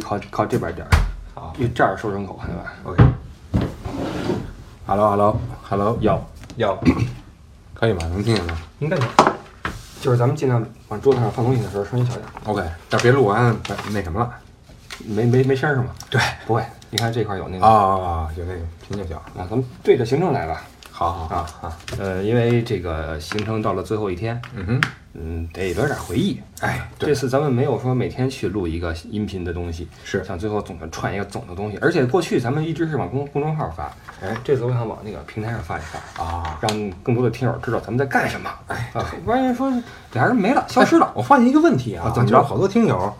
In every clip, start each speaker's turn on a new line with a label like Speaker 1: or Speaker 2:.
Speaker 1: 靠靠这边点儿，
Speaker 2: 好
Speaker 1: 因为这儿收人口，对吧
Speaker 2: ，OK，
Speaker 1: ？Hello Hello Hello，有
Speaker 2: 要
Speaker 1: 可以吗？能听见吗
Speaker 2: 应该能。
Speaker 1: 就是咱们尽量往桌子上放东西的时候声音小点儿。OK，但别录完把那什么了，没没没声儿是吗？
Speaker 2: 对，
Speaker 1: 不会，你看这块儿有那个
Speaker 2: 啊啊，有那个听就行。
Speaker 1: 啊，咱们对着行程来吧。
Speaker 2: 好好
Speaker 1: 啊啊，呃，因为这个行程到了最后一天，
Speaker 2: 嗯哼，
Speaker 1: 嗯，得留点回忆。
Speaker 2: 哎，对
Speaker 1: 这次咱们没有说每天去录一个音频的东西，
Speaker 2: 是
Speaker 1: 想最后总的串一个总的东西。而且过去咱们一直是往公公众号发，
Speaker 2: 哎
Speaker 1: 这次我想往那个平台上发一发，
Speaker 2: 啊，
Speaker 1: 让更多的听友知道咱们在干什么。哎，啊，万一说俩人没了，消失了，
Speaker 2: 我发现一个问题啊
Speaker 1: 啊，怎么
Speaker 2: 你知
Speaker 1: 着
Speaker 2: 道好多听友，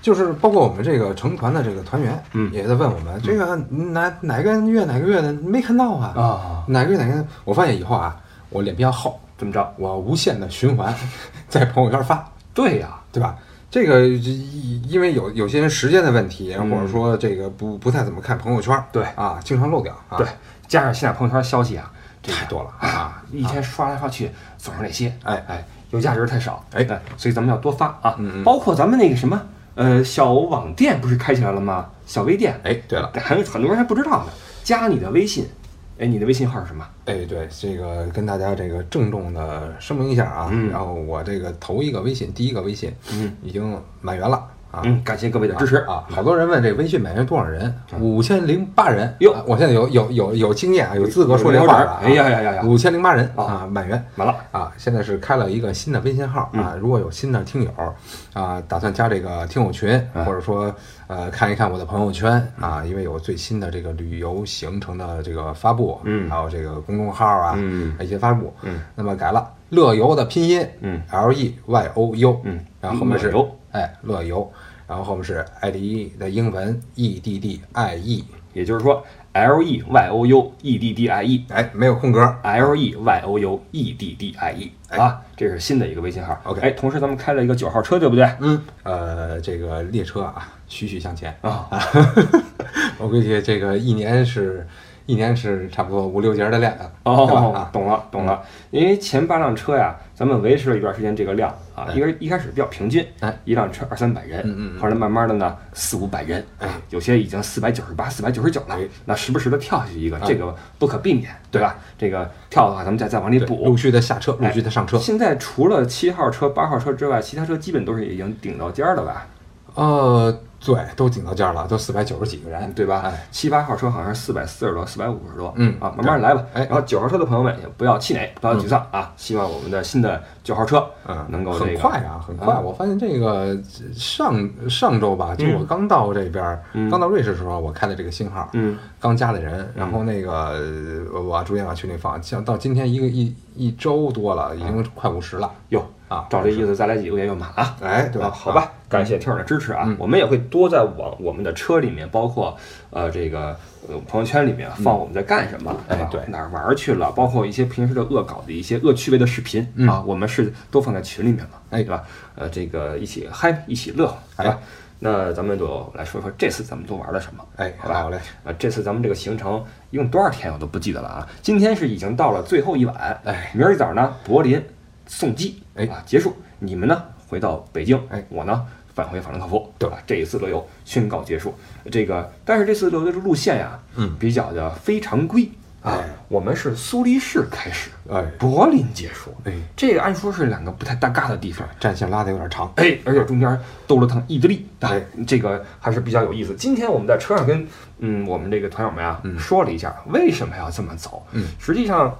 Speaker 2: 就是包括我们这个成团的这个团员，
Speaker 1: 嗯
Speaker 2: 也在问我们这个嗯哪哪个月哪个月的没看到啊？
Speaker 1: 啊
Speaker 2: 哪个月哪个月？我发现以后啊，我脸比较厚，
Speaker 1: 怎么着？
Speaker 2: 我无限的循环 在朋友圈发，
Speaker 1: 对呀，
Speaker 2: 对吧？这个因因为有有些人时间的问题，或
Speaker 1: 嗯
Speaker 2: 者说这个不不太怎么看朋友圈，
Speaker 1: 对
Speaker 2: 啊，经常漏掉啊，
Speaker 1: 对，加上现在朋友圈消息啊，这个
Speaker 2: 太多了啊，
Speaker 1: 一天刷来刷去总是那些，
Speaker 2: 哎
Speaker 1: 哎，有价值太少，
Speaker 2: 哎
Speaker 1: 所以咱们要多发啊，
Speaker 2: 嗯嗯
Speaker 1: 包括咱们那个什么，呃，小网店不是开起来了吗？小微店，
Speaker 2: 哎，对了，
Speaker 1: 还有很多人还不知道呢，加你的微信，哎，你的微信号是什么？
Speaker 2: 哎，对，这个跟大家这个郑重的声明一下啊，
Speaker 1: 嗯
Speaker 2: 然后我这个头一个微信，第一个微信，
Speaker 1: 嗯，
Speaker 2: 已经满员了啊，
Speaker 1: 嗯，感谢各位的支持
Speaker 2: 啊，好多人问这微信满员多少人，五千零八人，
Speaker 1: 哟
Speaker 2: 啊我现在有有有有经验啊，有资格说这
Speaker 1: 有
Speaker 2: 话了啊，
Speaker 1: 哎呀呀呀呀
Speaker 2: 五千零八人
Speaker 1: 啊
Speaker 2: 啊，满员。
Speaker 1: 完了，
Speaker 2: 啊，现在是开了一个新的微信号
Speaker 1: 嗯
Speaker 2: 啊，如果有新的听友啊，打算加这个听友群，
Speaker 1: 嗯
Speaker 2: 或者说呃看一看我的朋友圈啊，因为有最新的这个旅游行程的这个发布，
Speaker 1: 嗯
Speaker 2: 还有这个公众号啊，
Speaker 1: 嗯，
Speaker 2: 一些发布，
Speaker 1: 嗯，
Speaker 2: 那么改了乐游的拼音，
Speaker 1: 嗯
Speaker 2: ，L E Y O U，
Speaker 1: 嗯
Speaker 2: 然后后面是
Speaker 1: 乐游
Speaker 2: 哎乐游，然后后面是艾迪的英文 E D D I E，
Speaker 1: 也就是说 L E Y O U E D D I E。
Speaker 2: 哎没有空格，
Speaker 1: L E Y O U E D D I E 啊，这是新的一个微信号。
Speaker 2: 哎 OK
Speaker 1: 哎，同时咱们开了一个九号车，对不对？
Speaker 2: 嗯，呃，这个列车啊，徐徐向前
Speaker 1: 啊。
Speaker 2: 我估计这个一年是，一年是差不多五六节的量，对吧？
Speaker 1: 哦
Speaker 2: 啊，，
Speaker 1: 懂了懂了，因为前八辆车呀，咱们维持了一段时间这个量啊，因为一开始比较平均
Speaker 2: 哎，嗯
Speaker 1: 一辆车二三百人，后来慢慢的呢四五百人，有些已经四百九十八、四百九十九了
Speaker 2: 哎，
Speaker 1: 那时不时的跳下去一个，这个不可避免，对吧？这个跳的话，咱们再再往里
Speaker 2: 对陆
Speaker 1: 补。哎
Speaker 2: 续的下车，陆续的上车。
Speaker 1: 现在除了七号车、八号车之外，其他车基本都是已经顶到尖儿了吧，
Speaker 2: 呃，对，都顶到这儿了，都四百九十几个人，
Speaker 1: 对吧
Speaker 2: 哎，？
Speaker 1: 七八号车好像是四百四十多、四百五十多，
Speaker 2: 嗯
Speaker 1: 啊，慢慢来吧。
Speaker 2: 对哎
Speaker 1: 然后九号车的朋友们也不要气馁，不要沮丧啊！希望我们的新的九号车，
Speaker 2: 嗯，
Speaker 1: 能够这
Speaker 2: 很
Speaker 1: 个
Speaker 2: 快啊，很快。
Speaker 1: 啊
Speaker 2: 我发现这个上上周吧，就我刚到这边，刚到瑞士的时候，我开的这个新号，
Speaker 1: 嗯，
Speaker 2: 刚加的人，然后那个呃我逐渐往群里放，像到今天一个一一周多了，已经
Speaker 1: 哎
Speaker 2: 快五十了。
Speaker 1: 哟
Speaker 2: 啊
Speaker 1: 照这意思再来几个月就满了。
Speaker 2: 哎，对吧？
Speaker 1: 啊好吧，感谢听友的支持啊！
Speaker 2: 嗯
Speaker 1: 我们也会多在往我们的车里面，包括呃这个呃朋友圈里面放我们在干什么，
Speaker 2: 嗯哎
Speaker 1: 吧
Speaker 2: 对
Speaker 1: 哪儿玩儿去了，包括一些平时的恶搞的一些恶趣味的视频
Speaker 2: 嗯
Speaker 1: 啊，我们是都放在群里面了，
Speaker 2: 哎
Speaker 1: 对吧？呃，这个一起嗨，一起乐，好吧？那咱们就来说说这次咱们都玩了什么，
Speaker 2: 哎，
Speaker 1: 好吧？
Speaker 2: 好嘞。
Speaker 1: 啊，这次咱们这个行程一共多少天我都不记得了啊！今天是已经到了最后一晚，
Speaker 2: 哎，
Speaker 1: 明儿一早呢，柏林送机，
Speaker 2: 哎
Speaker 1: 啊，结束。你们呢，回到北京，
Speaker 2: 哎
Speaker 1: 我呢返回法兰克福，
Speaker 2: 对
Speaker 1: 吧？这一次乐游宣告结束。这个，但是这次乐游的路线呀，
Speaker 2: 嗯，
Speaker 1: 比较的非常规啊
Speaker 2: 哎。
Speaker 1: 我们是苏黎世开始，
Speaker 2: 哎
Speaker 1: 柏林结束，
Speaker 2: 哎，
Speaker 1: 这个按说是两个不太搭嘎的地方，
Speaker 2: 战线拉的有点长。
Speaker 1: 哎，而且中间兜了趟意大利，啊
Speaker 2: 哎，
Speaker 1: 这个还是比较有意思。今天我们在车上跟嗯我们这个团友们啊、说了一下为什么要这么走，
Speaker 2: 嗯，
Speaker 1: 实际上。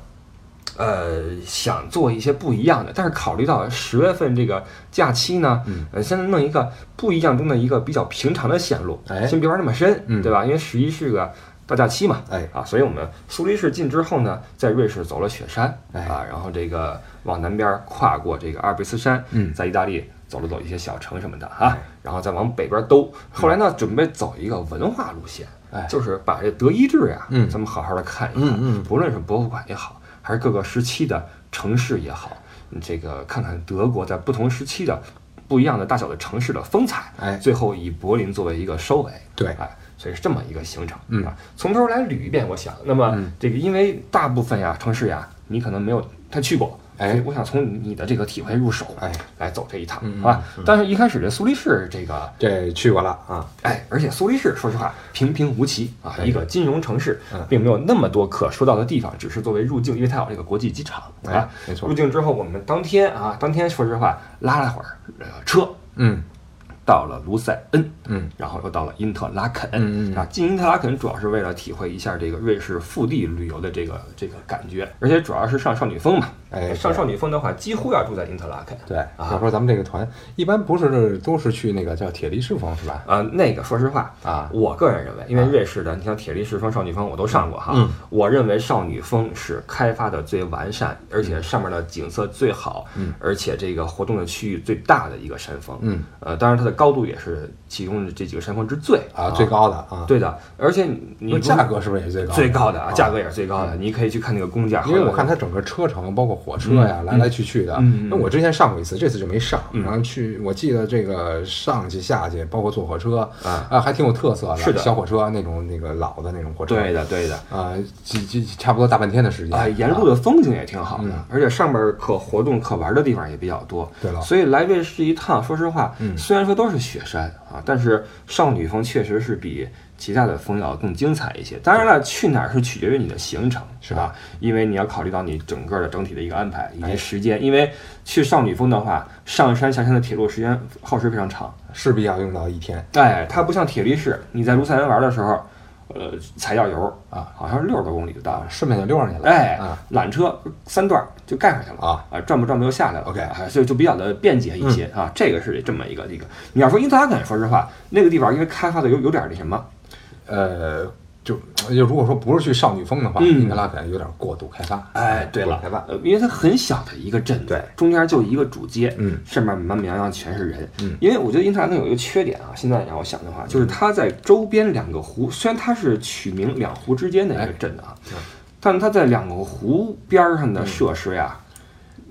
Speaker 1: 呃，想做一些不一样的，但是考虑到十月份这个假期呢，
Speaker 2: 嗯
Speaker 1: 呃，现在弄一个不一样中的一个比较平常的线路，
Speaker 2: 哎
Speaker 1: 先别玩那么深，
Speaker 2: 嗯
Speaker 1: 对吧？因为十一是个大假期嘛，
Speaker 2: 哎
Speaker 1: 啊，所以我们苏黎世进之后呢，在瑞士走了雪山，
Speaker 2: 哎
Speaker 1: 啊，然后这个往南边跨过这个阿尔卑斯山，
Speaker 2: 嗯哎
Speaker 1: 在意大利走了走一些小城什么的啊，然后再往北边兜。后来呢，准备走一个文化路线，
Speaker 2: 哎
Speaker 1: 就是把这德意志呀，
Speaker 2: 嗯
Speaker 1: 咱们好好的看一看，
Speaker 2: 嗯嗯
Speaker 1: 不论是博物馆也好，还是各个时期的城市也好，嗯这个看看德国在不同时期的不一样的大小的城市的风采，
Speaker 2: 哎
Speaker 1: 最后以柏林作为一个收尾，
Speaker 2: 对
Speaker 1: 哎，所以是这么一个行程，
Speaker 2: 嗯
Speaker 1: 啊，从头来捋一遍，我想，那么这个因为大部分呀城市呀，你可能没有太去过，
Speaker 2: 哎
Speaker 1: 所以我想从你的这个体会入手，
Speaker 2: 哎，
Speaker 1: 来走这一趟，
Speaker 2: 嗯
Speaker 1: 好吧？但是一开始这苏黎世这个，
Speaker 2: 这去过了啊，
Speaker 1: 哎，而且苏黎世说实话平平无奇啊，
Speaker 2: 哎嗯
Speaker 1: 一个金融城市，并没有那么多可说到的地方，只是作为入境，因为它有这个国际机场
Speaker 2: 哎
Speaker 1: 啊。
Speaker 2: 没错
Speaker 1: 入境之后，我们当天啊，当天说实话拉了会儿呃车，
Speaker 2: 嗯
Speaker 1: 到了卢塞恩，
Speaker 2: 嗯，
Speaker 1: 然后又到了因特拉肯，
Speaker 2: 嗯嗯嗯
Speaker 1: 啊，进因特拉肯主要是为了体会一下这个瑞士腹地旅游的这个这个感觉，而且主要是上少女峰嘛，
Speaker 2: 哎
Speaker 1: 上少女峰的话，几乎要住在因特拉肯。
Speaker 2: 对，要说咱们这个团一般不是都是去那个叫铁力士峰是吧？
Speaker 1: 呃，那个说实话
Speaker 2: 啊
Speaker 1: 我个人认为，因为瑞士的，你像铁力士峰、少女峰，我都上过哈。
Speaker 2: 嗯
Speaker 1: 我认为少女峰是开发的最完善，而且上面的景色最好，嗯，而且这个活动的区域最大的一个山峰。
Speaker 2: 嗯，
Speaker 1: 呃，当然它的高度也是其中的这几个山峰之最
Speaker 2: 啊，最高的啊，
Speaker 1: 对的，而且你你
Speaker 2: 那
Speaker 1: 如
Speaker 2: 价格是不是也最高？嗯
Speaker 1: 最高的啊，价格也是最高的，你可以去看那个公价。
Speaker 2: 因为我看它整个车程，包括火车呀，来来去去的。
Speaker 1: 嗯嗯嗯
Speaker 2: 那我之前上过一次，这次就没上。然后去，我记得这个上去下去，包括坐火车
Speaker 1: 啊
Speaker 2: 还挺有特色的，
Speaker 1: 是的
Speaker 2: 小火车那种那个老的那种火车。
Speaker 1: 对的对的。
Speaker 2: 啊、几几差不多大半天的时间。
Speaker 1: 啊，沿路的风景也挺好的，而且上面可活动可玩的地方也比较多。
Speaker 2: 嗯对了嗯
Speaker 1: 所以来瑞士一趟，说实话，虽然说都是雪山啊，但是少女峰确实是比其他的峰要更精彩一些。当然了，去哪儿是取决于你的行程，
Speaker 2: 是哎
Speaker 1: 吧？因为你要考虑到你整个的整体的一个安排以及时间，因为去少女峰的话，上山下山的铁路时间耗时非常长。
Speaker 2: 势必要用到一天。
Speaker 1: 哎，它不像铁力士，你在卢塞恩玩的时候，呃，踩掉油
Speaker 2: 啊，
Speaker 1: 好像是六十多公里就到了。
Speaker 2: 顺便就溜上去了。
Speaker 1: 哎
Speaker 2: 啊，
Speaker 1: 缆车三段儿就盖上去了
Speaker 2: 啊
Speaker 1: 啊，转不转不就下来了
Speaker 2: OK 嗯
Speaker 1: 啊所以就比较的便捷一些啊，这个是这么一个一个。你要说因特拉肯，说实话，那个地方因为开发的有有点儿那什么，
Speaker 2: 呃，就就如果说不是去少女峰的话，
Speaker 1: 嗯
Speaker 2: 英格拉可能有点过度开发。
Speaker 1: 哎，对
Speaker 2: 过
Speaker 1: 了
Speaker 2: 度开发，，
Speaker 1: 呃因为它很小的一个镇，
Speaker 2: 对，
Speaker 1: 中间就一个主街，
Speaker 2: 嗯，
Speaker 1: 上面满满当当全是人，
Speaker 2: 嗯，
Speaker 1: 因为我觉得因特拉肯有一个缺点啊，现在让我想的话，就是它在周边两个湖，虽然它是取名两湖之间的一个镇啊，
Speaker 2: 嗯
Speaker 1: 但它在两个湖边儿上的设施呀、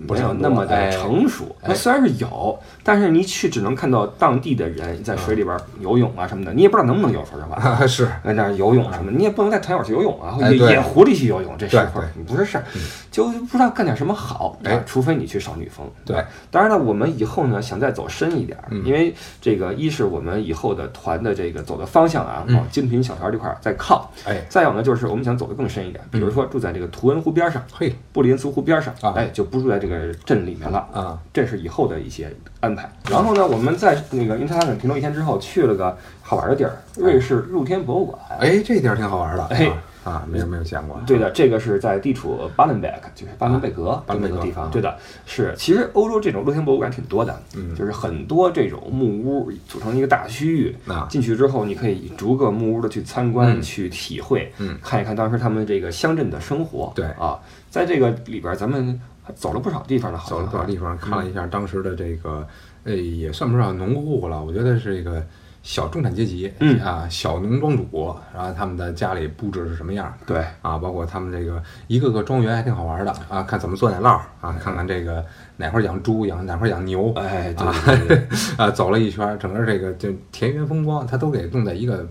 Speaker 2: 不
Speaker 1: 没有
Speaker 2: 是很
Speaker 1: 那么
Speaker 2: 多
Speaker 1: 的
Speaker 2: 哎
Speaker 1: 成熟，它
Speaker 2: 哎
Speaker 1: 虽然是有，但是你去只能看到当地的人在水里边游泳啊什么的，你也不知道能不能游，说实话，
Speaker 2: 是
Speaker 1: 在那儿游泳什么，你也不能带团友去游泳啊，
Speaker 2: 哎
Speaker 1: 野
Speaker 2: 对
Speaker 1: 野湖里去游泳，这是
Speaker 2: 对嗯
Speaker 1: 块儿不是事儿，就不知道干点什么好，
Speaker 2: 哎
Speaker 1: 啊除非你去少女峰。
Speaker 2: 对嗯
Speaker 1: 啊，当然了，我们以后呢想再走深一点儿，因为这个一是我们以后的团的这个走的方向
Speaker 2: 嗯
Speaker 1: 啊，往精品小桥这块儿再靠，
Speaker 2: 哎，
Speaker 1: 再有呢就是我们想走得更深一点，比如说住在这个图恩湖边上，
Speaker 2: 嘿
Speaker 1: 布林斯湖边上，
Speaker 2: 嗯啊
Speaker 1: 哎，就不住在这个镇里面了。
Speaker 2: 啊，
Speaker 1: 这是以后的一些安排。然后呢，我们在那个因特拉肯停留一天之后，去了个好玩的地儿——瑞士露天博物馆。
Speaker 2: 哎，这地儿挺好玩的。
Speaker 1: 哎
Speaker 2: 啊啊，没有没有见过。
Speaker 1: 对的，这个是在地处巴伦贝克，就是巴伦贝格
Speaker 2: 巴伦贝
Speaker 1: 这
Speaker 2: 格
Speaker 1: 么个地方。
Speaker 2: 啊
Speaker 1: 对的，是其实欧洲这种露天博物馆挺多的，嗯，就是很多这种木屋组成一个大区域
Speaker 2: 啊，
Speaker 1: 进去之后你可以逐个木屋的去参观、去体会，
Speaker 2: 嗯，
Speaker 1: 看一看当时他们这个乡镇的生活。
Speaker 2: 对
Speaker 1: 啊，在这个里边儿咱们走了不少地方呢，好
Speaker 2: 走了
Speaker 1: 像
Speaker 2: 不少地方，看了一下当时的这个，呃，也算不上农户了，我觉得是一个小中产阶级，
Speaker 1: 嗯
Speaker 2: 啊，小农庄主，然后他们的家里布置是什么样儿
Speaker 1: 对。
Speaker 2: 啊，包括他们这个一个个庄园还挺好玩的啊，看怎么做奶酪啊，看看这个哪块儿养猪养哪块儿养牛，
Speaker 1: 哎，对
Speaker 2: 啊
Speaker 1: 对对对
Speaker 2: 啊，走了一圈儿，整个这个就田园风光，它都给弄在一个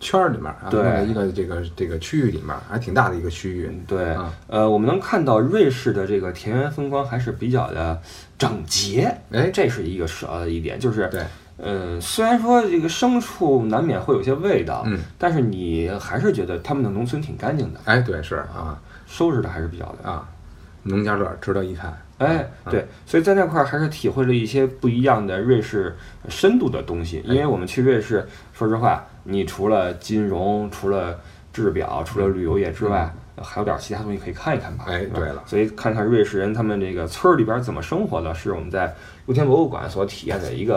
Speaker 2: 圈儿里面儿啊，
Speaker 1: 对
Speaker 2: 弄在一个这个这个区域里面儿，还挺大的一个区域。
Speaker 1: 对
Speaker 2: 啊，
Speaker 1: 呃，我们能看到瑞士的这个田园风光还是比较的整洁，
Speaker 2: 哎
Speaker 1: 这是一个首要的一点，就是
Speaker 2: 对，
Speaker 1: 呃，虽然说这个牲畜难免会有些味道，
Speaker 2: 嗯，
Speaker 1: 但是你还是觉得他们的农村挺干净的，
Speaker 2: 哎，对，是啊
Speaker 1: 收拾的还是比较的，
Speaker 2: 啊，农家乐儿值得一看。
Speaker 1: 哎，
Speaker 2: 嗯
Speaker 1: 对，所以在那块儿还是体会了一些不一样的瑞士深度的东西，
Speaker 2: 哎
Speaker 1: 因为我们去瑞士，说实话，你除了金融，除了制表，除了旅游业之外。呃还有点其他东西可以看一看吧。
Speaker 2: 嗯哎
Speaker 1: 吧
Speaker 2: 对了
Speaker 1: 所以看看瑞士人他们这个村儿里边儿怎么生活的，是我们在露天博物馆所体验的一个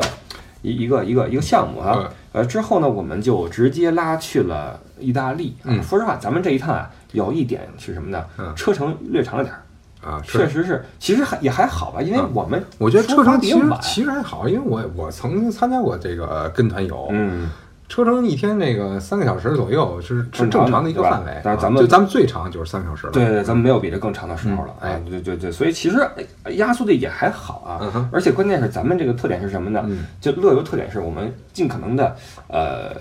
Speaker 1: 一一个一个一个项目
Speaker 2: 嗯
Speaker 1: 啊。呃，之后呢，我们就直接拉去了意大利。啊
Speaker 2: 嗯
Speaker 1: 说实话，咱们这一趟啊，有一点是什么呢？
Speaker 2: 嗯
Speaker 1: 车程略长了点儿，
Speaker 2: 啊，
Speaker 1: 确
Speaker 2: 是，嗯
Speaker 1: 实是，其实还也还好吧，因为我们
Speaker 2: 我觉得车
Speaker 1: 出发
Speaker 2: 程
Speaker 1: 比
Speaker 2: 其
Speaker 1: 较
Speaker 2: 实
Speaker 1: 晚，
Speaker 2: 其实还好，因为我我曾经参加过这个跟团游，
Speaker 1: 嗯，
Speaker 2: 车程一天那个三个小时左右是是
Speaker 1: 正
Speaker 2: 正
Speaker 1: 常的
Speaker 2: 常的一个
Speaker 1: 对吧
Speaker 2: 范围。
Speaker 1: 但是
Speaker 2: 啊
Speaker 1: 咱们
Speaker 2: 就咱们最长就是三个小时了。
Speaker 1: 对对，咱们没有比这更长的时候了，
Speaker 2: 嗯
Speaker 1: 哎
Speaker 2: 哎，
Speaker 1: 对对对，所以其实哎压缩的也还好
Speaker 2: 嗯
Speaker 1: 啊
Speaker 2: 哼，
Speaker 1: 而且关键是咱们这个特点是什么呢？就乐游特点是我们尽可能的呃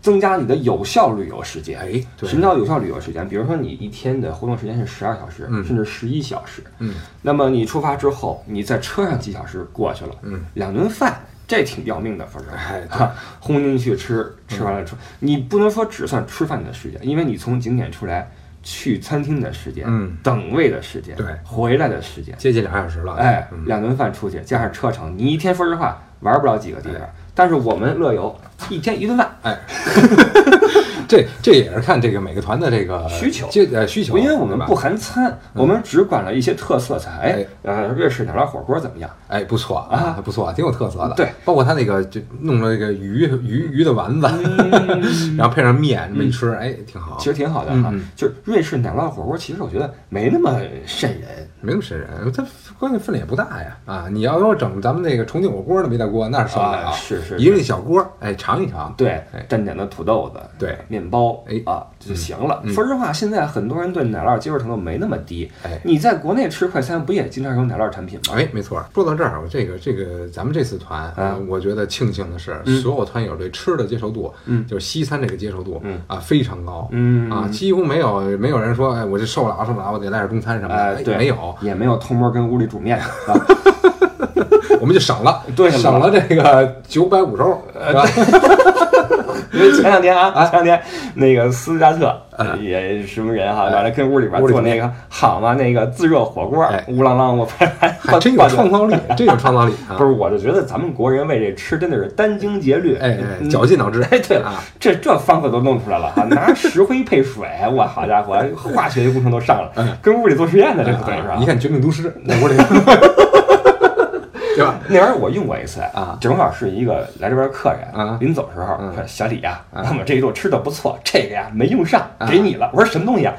Speaker 1: 增加你的有效旅游时间。
Speaker 2: 哎，对
Speaker 1: 什么叫有效旅游时间？比如说你一天的活动时间是十二小时，甚至十一小时。
Speaker 2: 嗯，
Speaker 1: 那么你出发之后，你在车上几小时过去了，
Speaker 2: 嗯，
Speaker 1: 两顿饭。这挺要命的，反正
Speaker 2: 哎对
Speaker 1: 哈轰进去吃，吃完了吃，你不能说只算吃饭的时间，因为你从景点出来去餐厅的时间，
Speaker 2: 嗯
Speaker 1: 等位的时间，
Speaker 2: 对
Speaker 1: 回来的时间，
Speaker 2: 接近两小时了。
Speaker 1: 哎，
Speaker 2: 嗯
Speaker 1: 两顿饭出去加上车程，你一天说实话玩不了几个地方。但是我们乐游一天一顿饭，
Speaker 2: 哎，这这也是看这个每个团的这个
Speaker 1: 需求
Speaker 2: 这呃需求，
Speaker 1: 因为我们
Speaker 2: 对吧嗯
Speaker 1: 不含餐，我们只管了一些特色菜。哎
Speaker 2: 哎，
Speaker 1: 呃，瑞士奶酪火锅怎么样？
Speaker 2: 哎，不错
Speaker 1: 啊，
Speaker 2: 不错，挺有特色的。
Speaker 1: 对，
Speaker 2: 包括他那个就弄了这个鱼鱼鱼的丸子， 然后配上面这么一吃，哎，挺好
Speaker 1: 嗯其。实挺好的
Speaker 2: 嗯
Speaker 1: 哈。就是瑞士奶酪火锅，其实我觉得没那么瘆人。
Speaker 2: 没那么瘆人，它关键分量也不大呀。啊，你要说整咱们那个重庆火锅的没大锅，那是受不了。
Speaker 1: 啊是是是
Speaker 2: 一个那小锅，哎，尝一尝。
Speaker 1: 对
Speaker 2: 哎，
Speaker 1: 蘸点的土豆子，
Speaker 2: 对
Speaker 1: 面包，
Speaker 2: 哎嗯
Speaker 1: 啊就行了。说实话，现在很多人对奶酪接受程度没那么低。
Speaker 2: 哎
Speaker 1: 你在国内吃快餐，不也经常有奶酪产品吗？
Speaker 2: 哎，没错。说到这儿，我这个这个咱们这次团，呃
Speaker 1: 啊
Speaker 2: 我觉得庆幸的是，所有团友对吃的接受度，
Speaker 1: 嗯
Speaker 2: 就是西餐这个接受度，
Speaker 1: 嗯
Speaker 2: 啊，非常高。
Speaker 1: 嗯
Speaker 2: 啊，几乎没有没有人说，哎，我这受不了，受不了，我得来点中餐什么的，
Speaker 1: 哎，
Speaker 2: 哎
Speaker 1: 对，
Speaker 2: 没有，，
Speaker 1: 也没有偷摸跟屋里煮面的， 啊
Speaker 2: 我们就省了，
Speaker 1: 对呃
Speaker 2: 省了这个九百五十欧，是吧？
Speaker 1: 因为前两天啊，前两天那个斯嘉特也什么人哈，
Speaker 2: 啊
Speaker 1: 啊
Speaker 2: 哎
Speaker 1: 完了跟屋里边
Speaker 2: 屋里
Speaker 1: 做那个好嘛那个自热火锅
Speaker 2: 哎，
Speaker 1: 乌啷啷我拍
Speaker 2: 还
Speaker 1: 拍，
Speaker 2: 真有创造力，真有创造力啊！
Speaker 1: 不是，我就觉得咱们国人为这吃真的是殚精竭虑，
Speaker 2: 哎，哎，
Speaker 1: 嗯
Speaker 2: 绞尽脑汁，
Speaker 1: 哎，对了
Speaker 2: 啊，
Speaker 1: 这这方子都弄出来 了哈，啊拿石灰配水，我好家伙，化学工程都上
Speaker 2: 嗯
Speaker 1: 了， 跟屋里做实验的这可等于是
Speaker 2: 你
Speaker 1: 啊。
Speaker 2: 看《绝命毒师》那 屋里，对吧？
Speaker 1: 那玩意儿我用过一次
Speaker 2: 啊
Speaker 1: 正好是一个来这边客人
Speaker 2: 啊
Speaker 1: 临走时候
Speaker 2: 嗯嗯
Speaker 1: 说小李呀，我们这一顿吃的不错，这个呀没用上，给你了。我说什么东西啊，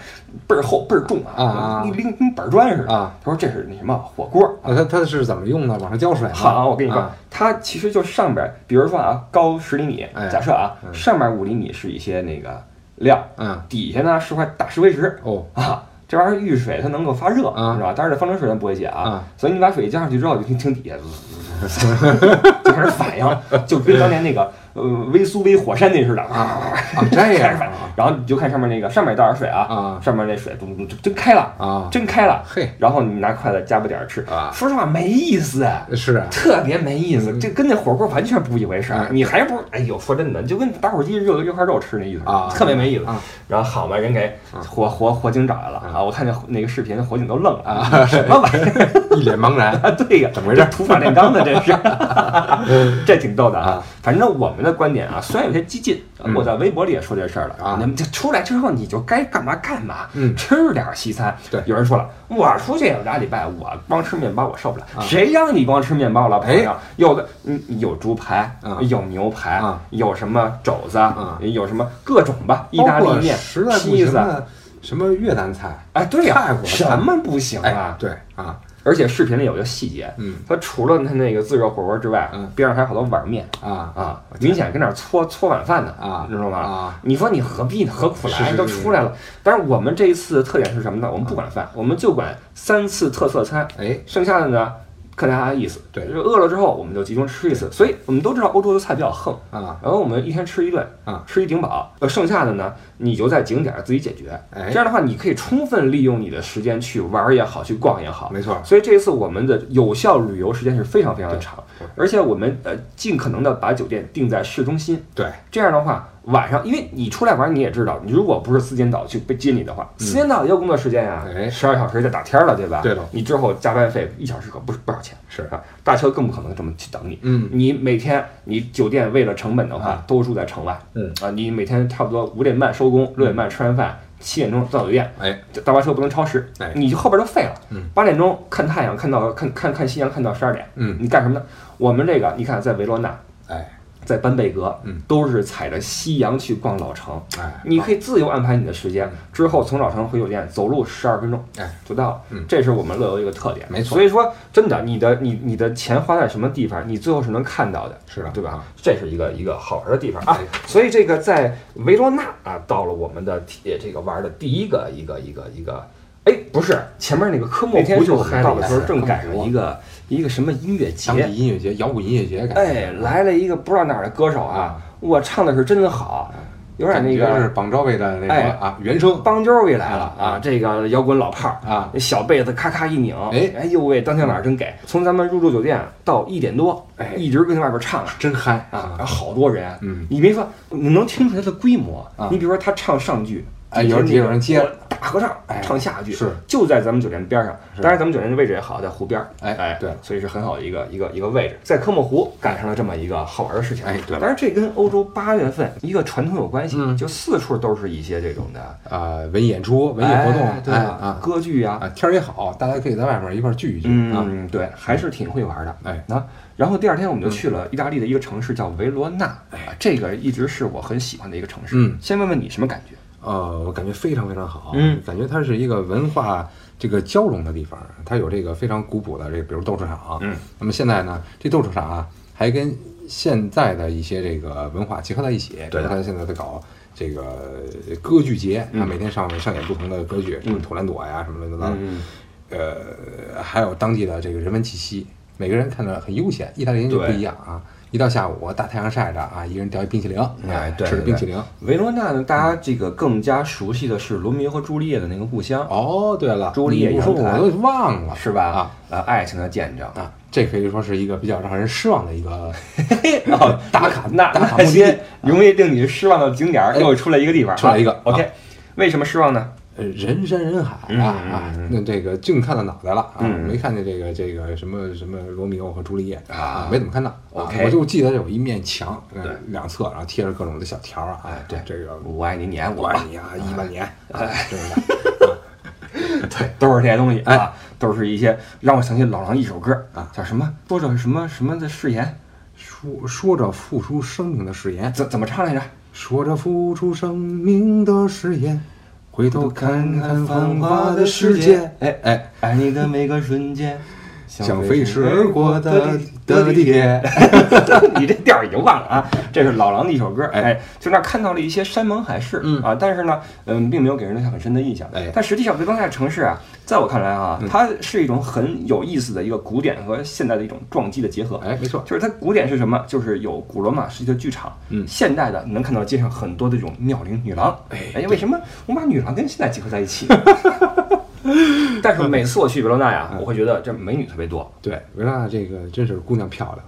Speaker 1: 倍儿厚倍儿重
Speaker 2: 啊啊
Speaker 1: 啊，跟跟跟板砖似的
Speaker 2: 啊。
Speaker 1: 他说这是那什么火锅，
Speaker 2: 啊，他他是怎么用的？往上浇水吗？
Speaker 1: 好，我跟你说
Speaker 2: 啊，
Speaker 1: 它其实就上边儿，比如说啊，高十厘米
Speaker 2: 哎，
Speaker 1: 假设啊，上面五厘米是一些那个料，
Speaker 2: 嗯，
Speaker 1: 底下呢是块大石灰石
Speaker 2: 哦，
Speaker 1: 啊。这玩意儿遇水它能够发热，
Speaker 2: 啊
Speaker 1: 是吧？但是这方程式咱不会写啊，
Speaker 2: 啊
Speaker 1: 所以你把水加上去之后，就听听底下滋，就开始反应，就跟当年那个呃微苏威火山那似的啊，
Speaker 2: 啊，这
Speaker 1: 开始
Speaker 2: 样
Speaker 1: 反应
Speaker 2: 啊，
Speaker 1: 然后你就看上面那个上面倒点水啊
Speaker 2: 啊，
Speaker 1: 上面那水咚咚咚真开了，
Speaker 2: 啊，
Speaker 1: 真开了，
Speaker 2: 嘿，
Speaker 1: 然后你拿筷子夹吧点儿吃
Speaker 2: 啊
Speaker 1: 说实话没意思。
Speaker 2: 是嗯啊，
Speaker 1: 特别没意思，这跟那火锅完全不一回事儿
Speaker 2: 哎。
Speaker 1: 你还不如，哎呦，说真的，就跟打火机热热块肉吃那意思
Speaker 2: 啊
Speaker 1: 特别没意思
Speaker 2: 啊。嗯
Speaker 1: 然后好嘛，人给火火火警找来了啊！我看见那个视频，火警都愣了
Speaker 2: 嗯
Speaker 1: 啊，什么玩意儿。
Speaker 2: 一脸茫然
Speaker 1: 啊？ 对呀，
Speaker 2: 怎么回事
Speaker 1: 这土法炼钢的，这是， 这挺逗的啊
Speaker 2: 啊。嗯
Speaker 1: 反正我们的观点啊，虽然有些激进，我在微博里也说这事儿了
Speaker 2: 啊
Speaker 1: 你们这出来之后，你就该干嘛干嘛，
Speaker 2: 嗯
Speaker 1: 吃点儿西餐。
Speaker 2: 对
Speaker 1: 有人说了，我出去有俩礼拜，我光吃面包我受不了。
Speaker 2: 啊
Speaker 1: 谁让你光吃面包了，朋友？有的，嗯，有猪排，
Speaker 2: 哎啊
Speaker 1: 有牛排，
Speaker 2: 啊
Speaker 1: 有什么肘子，
Speaker 2: 啊
Speaker 1: 有什么各种吧，意
Speaker 2: 包
Speaker 1: 大利
Speaker 2: 括
Speaker 1: 面
Speaker 2: 实在、不
Speaker 1: 披
Speaker 2: 行
Speaker 1: 萨。
Speaker 2: 的，什么越南菜，
Speaker 1: 哎，对呀、
Speaker 2: 泰国菜
Speaker 1: 什么不行
Speaker 2: 哎
Speaker 1: 啊，？
Speaker 2: 对啊，
Speaker 1: 而且视频里有个细节，
Speaker 2: 嗯
Speaker 1: 它除了它那个自热火锅之外，啊
Speaker 2: 嗯
Speaker 1: 边上还有好多碗面
Speaker 2: 啊
Speaker 1: 啊，明显跟那儿搓搓晚饭呢
Speaker 2: 啊
Speaker 1: 你知道吗？
Speaker 2: 啊
Speaker 1: 你说你何必呢？何苦来？
Speaker 2: 是是是
Speaker 1: 都出来了。但是我们这一次的特点是什么呢？我们不管饭，我们就管三次特色餐，
Speaker 2: 哎，
Speaker 1: 剩下的呢看大家意思。
Speaker 2: 对
Speaker 1: 饿了之后我们就集中吃一次。所以我们都知道欧洲的菜比较横。
Speaker 2: 啊，
Speaker 1: 然后我们一天吃一顿
Speaker 2: 啊
Speaker 1: 吃一顶饱，呃，剩下的呢，你就在景点儿自己解决。
Speaker 2: 哎
Speaker 1: 这样的话，你可以充分利用你的时间去玩儿也好，去逛也好。
Speaker 2: 没错
Speaker 1: 所以这一次我们的有效旅游时间是非常非常的长，而且我们呃尽可能的把酒店定在市中心。
Speaker 2: 对，
Speaker 1: 这样的话，晚上因为你出来玩，你也知道，你如果不是四间岛去被接你的话，四间岛也有工作时间呀、
Speaker 2: 嗯哎
Speaker 1: 十二小时就打天儿了，对吧？
Speaker 2: 对了
Speaker 1: 你之后加班费一小时可不是不少钱，
Speaker 2: 是
Speaker 1: 啊，大车更不可能这么去等你。
Speaker 2: 嗯，啊
Speaker 1: 你每天你酒店为了成本的话，都住在城外，
Speaker 2: 嗯
Speaker 1: 啊，你每天差不多五点半收工，六点半吃完饭，七点钟到酒店。
Speaker 2: 哎，
Speaker 1: 这大巴车不能超时，
Speaker 2: 哎
Speaker 1: 你就后边就废了
Speaker 2: 嗯。
Speaker 1: 八点钟看太阳，看到看看看夕阳，看到十二点，
Speaker 2: 嗯
Speaker 1: 你干什么呢？我们这个你看，在维罗纳，
Speaker 2: 哎，
Speaker 1: 在班贝格，
Speaker 2: 嗯，
Speaker 1: 都是踩着夕阳去逛老城。
Speaker 2: 哎，
Speaker 1: 你可以自由安排你的时间，之后从老城回酒店走路十二分钟，
Speaker 2: 嗯哎，
Speaker 1: 就到了。
Speaker 2: 嗯
Speaker 1: 这是我们乐游一个特点，
Speaker 2: 没错
Speaker 1: 所以说，真的，你的你你的钱花在什么地方，你最后是能看到的，
Speaker 2: 是的
Speaker 1: 对吧
Speaker 2: 啊？
Speaker 1: 这是一个一个好玩的地方啊
Speaker 2: 哎。
Speaker 1: 所以这个在维罗纳啊，到了我们的铁这个玩的第一个一个一个一个。哎，不是，前面那个科莫
Speaker 2: 那天
Speaker 1: 湖就
Speaker 2: 我们
Speaker 1: 到
Speaker 2: 到
Speaker 1: 的
Speaker 2: 了
Speaker 1: 时候，
Speaker 2: 一次
Speaker 1: 正
Speaker 2: 科
Speaker 1: 赶
Speaker 2: 莫
Speaker 1: 上
Speaker 2: 湖
Speaker 1: 一个一个什么音乐节，哎
Speaker 2: 当地音乐节，摇滚音乐节，感觉
Speaker 1: 哎，来了一个不知道哪儿的歌手啊，我唱的是真好，有点那
Speaker 2: 感觉是
Speaker 1: 个
Speaker 2: 绑招位的那
Speaker 1: 哎
Speaker 2: 个啊原声
Speaker 1: 邦周给来了啊
Speaker 2: 啊，
Speaker 1: 这个摇滚老炮儿。
Speaker 2: 啊，
Speaker 1: 那小被子咔咔一拧，
Speaker 2: 哎
Speaker 1: 哎呦喂，当天晚上真给！从咱们入住酒店到一点多，
Speaker 2: 哎
Speaker 1: 一直跟外边唱啊，
Speaker 2: 真嗨
Speaker 1: 啊，！然后好多人，
Speaker 2: 嗯，
Speaker 1: 你别说，你能听出来它的规模
Speaker 2: 啊。
Speaker 1: 你比如说他唱上句，
Speaker 2: 哎
Speaker 1: 底下
Speaker 2: 有人
Speaker 1: 那个
Speaker 2: 有人接了
Speaker 1: 大合唱，
Speaker 2: 哎
Speaker 1: 唱下句
Speaker 2: 是
Speaker 1: 就在咱们酒店边上。
Speaker 2: 是
Speaker 1: 当然，咱们酒店的位置也好，在湖边儿，
Speaker 2: 哎
Speaker 1: 哎，
Speaker 2: 对
Speaker 1: 所以是很好的一个一个一个位置，在科目湖赶上了这么一个好玩的事情。
Speaker 2: 哎对了
Speaker 1: 当然这跟欧洲八月份一个传统有关系，
Speaker 2: 嗯
Speaker 1: 就四处都是一些这种的
Speaker 2: 啊，文艺演出、文艺活
Speaker 1: 哎
Speaker 2: 动，
Speaker 1: 对
Speaker 2: 哎
Speaker 1: 吧
Speaker 2: 啊
Speaker 1: 歌剧呀，
Speaker 2: 啊，天儿也好，大家可以在外面一块儿聚一聚啊。
Speaker 1: 嗯，对，还是挺会玩的。
Speaker 2: 哎，嗯
Speaker 1: 啊，然后第二天我们就去了意大利的一个城市叫维罗纳，啊这个一直是我很喜欢的一个城市。
Speaker 2: 哎嗯
Speaker 1: 先问问你什么感觉？
Speaker 2: 呃，我感觉非常非常好，
Speaker 1: 嗯
Speaker 2: 感觉它是一个文化这个交融的地方，它有这个非常古朴的这个，比如斗兽场，啊
Speaker 1: 嗯，
Speaker 2: 那么现在呢，这斗兽场啊，还跟现在的一些这个文化结合在一起，
Speaker 1: 对的
Speaker 2: 它现在在搞这个歌剧节，它
Speaker 1: 嗯
Speaker 2: 每天上上演不同的歌剧，什么《图兰朵》呀，什么乱七八糟的，
Speaker 1: 嗯
Speaker 2: 呃，还有当地的这个人文气息，每个人看着很悠闲，意大利人就不
Speaker 1: 对
Speaker 2: 一样啊。一到下午，大太阳晒着啊，一人叼一冰淇淋，
Speaker 1: 哎对
Speaker 2: 吃着
Speaker 1: 对
Speaker 2: 冰
Speaker 1: 对
Speaker 2: 淇淋。
Speaker 1: 维罗纳呢，大家这个更加熟悉的是罗密欧和朱丽叶的那个故乡，
Speaker 2: 哦，对了，
Speaker 1: 朱丽叶
Speaker 2: 你不说
Speaker 1: 杨
Speaker 2: 我
Speaker 1: 澜
Speaker 2: 都忘了
Speaker 1: 是吧？
Speaker 2: 啊，
Speaker 1: 呃，爱情的见证。
Speaker 2: 啊，这可以说是一个比较让人失望的一个
Speaker 1: 哦，
Speaker 2: 打卡
Speaker 1: 那
Speaker 2: 打卡
Speaker 1: 那
Speaker 2: 目的
Speaker 1: 些
Speaker 2: 地，
Speaker 1: 容易令你失望的景点儿，又出来一个地方，
Speaker 2: 嗯出来一个
Speaker 1: 啊 OK，为什么失望呢？
Speaker 2: 呃人山人海
Speaker 1: 嗯
Speaker 2: 啊啊
Speaker 1: 嗯嗯！
Speaker 2: 那这个净看到脑袋了啊，
Speaker 1: 嗯
Speaker 2: 没看见这个这个什么什么罗密欧和朱丽叶
Speaker 1: 啊
Speaker 2: 没怎么看到。啊
Speaker 1: OK
Speaker 2: 我就记得有一面墙，呃
Speaker 1: 对
Speaker 2: 两侧然后贴着各种的小条儿啊，
Speaker 1: 哎对
Speaker 2: 这个
Speaker 1: 我爱你，你爱我
Speaker 2: 我
Speaker 1: 吧
Speaker 2: 爱。你啊，一万年，哎，对吧？
Speaker 1: 对，都是这些东西啊
Speaker 2: 哎，
Speaker 1: 都是一些让我想起老狼一首歌
Speaker 2: 啊，
Speaker 1: 叫什么？说着什么什么的誓言，
Speaker 2: 说说着付出生命的誓言，
Speaker 1: 怎怎么唱来着？
Speaker 2: 说着付出生命的誓言，回头看看繁华的世界。
Speaker 1: 哎
Speaker 2: 哎，
Speaker 1: 爱你的每个瞬 间，
Speaker 2: 像飞驰而过的的地铁。
Speaker 1: 你这调儿已经忘了啊，这是老狼的一首歌，哎，就那看到了一些山盟海誓，
Speaker 2: 嗯
Speaker 1: 啊，但是呢，嗯，并没有给人留下很深的印象。
Speaker 2: 哎嗯
Speaker 1: 但实际上，维罗纳城市啊，在我看来啊，它是一种很有意思的一个古典和现代的一种撞击的结合。
Speaker 2: 哎，没错，
Speaker 1: 就是它古典是什么？就是有古罗马时期的剧场，
Speaker 2: 嗯
Speaker 1: 现代的你能看到街上很多这种妙龄女郎，
Speaker 2: 哎
Speaker 1: 哎，为什么我们把女郎跟现代结合在一 起？但是每次我去维罗纳呀，
Speaker 2: 嗯
Speaker 1: 我会觉得这美女特别多，
Speaker 2: 对，维拉这个真是姑娘漂亮，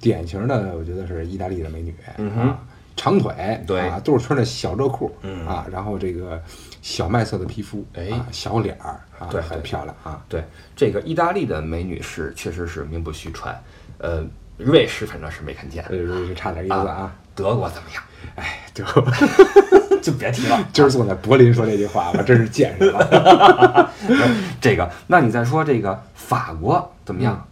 Speaker 2: 典型的我觉得是意大利的美女，
Speaker 1: 嗯哼
Speaker 2: 啊，长腿，
Speaker 1: 对
Speaker 2: 啊，都是穿着小热裤，
Speaker 1: 嗯
Speaker 2: 啊，然后这个小麦色的皮肤，
Speaker 1: 哎
Speaker 2: 啊，小脸儿，啊，
Speaker 1: 对
Speaker 2: 很
Speaker 1: 对
Speaker 2: 漂亮啊，
Speaker 1: 对，这个意大利的美女是确实是名不虚传，呃，瑞士反正是没看见，
Speaker 2: 这这差点意思啊，
Speaker 1: 德国怎么样？
Speaker 2: 哎，对，
Speaker 1: 就别提了。
Speaker 2: 今儿坐在柏林说这句话，我真是见识了。
Speaker 1: 这个，那你再说这个法国怎么样？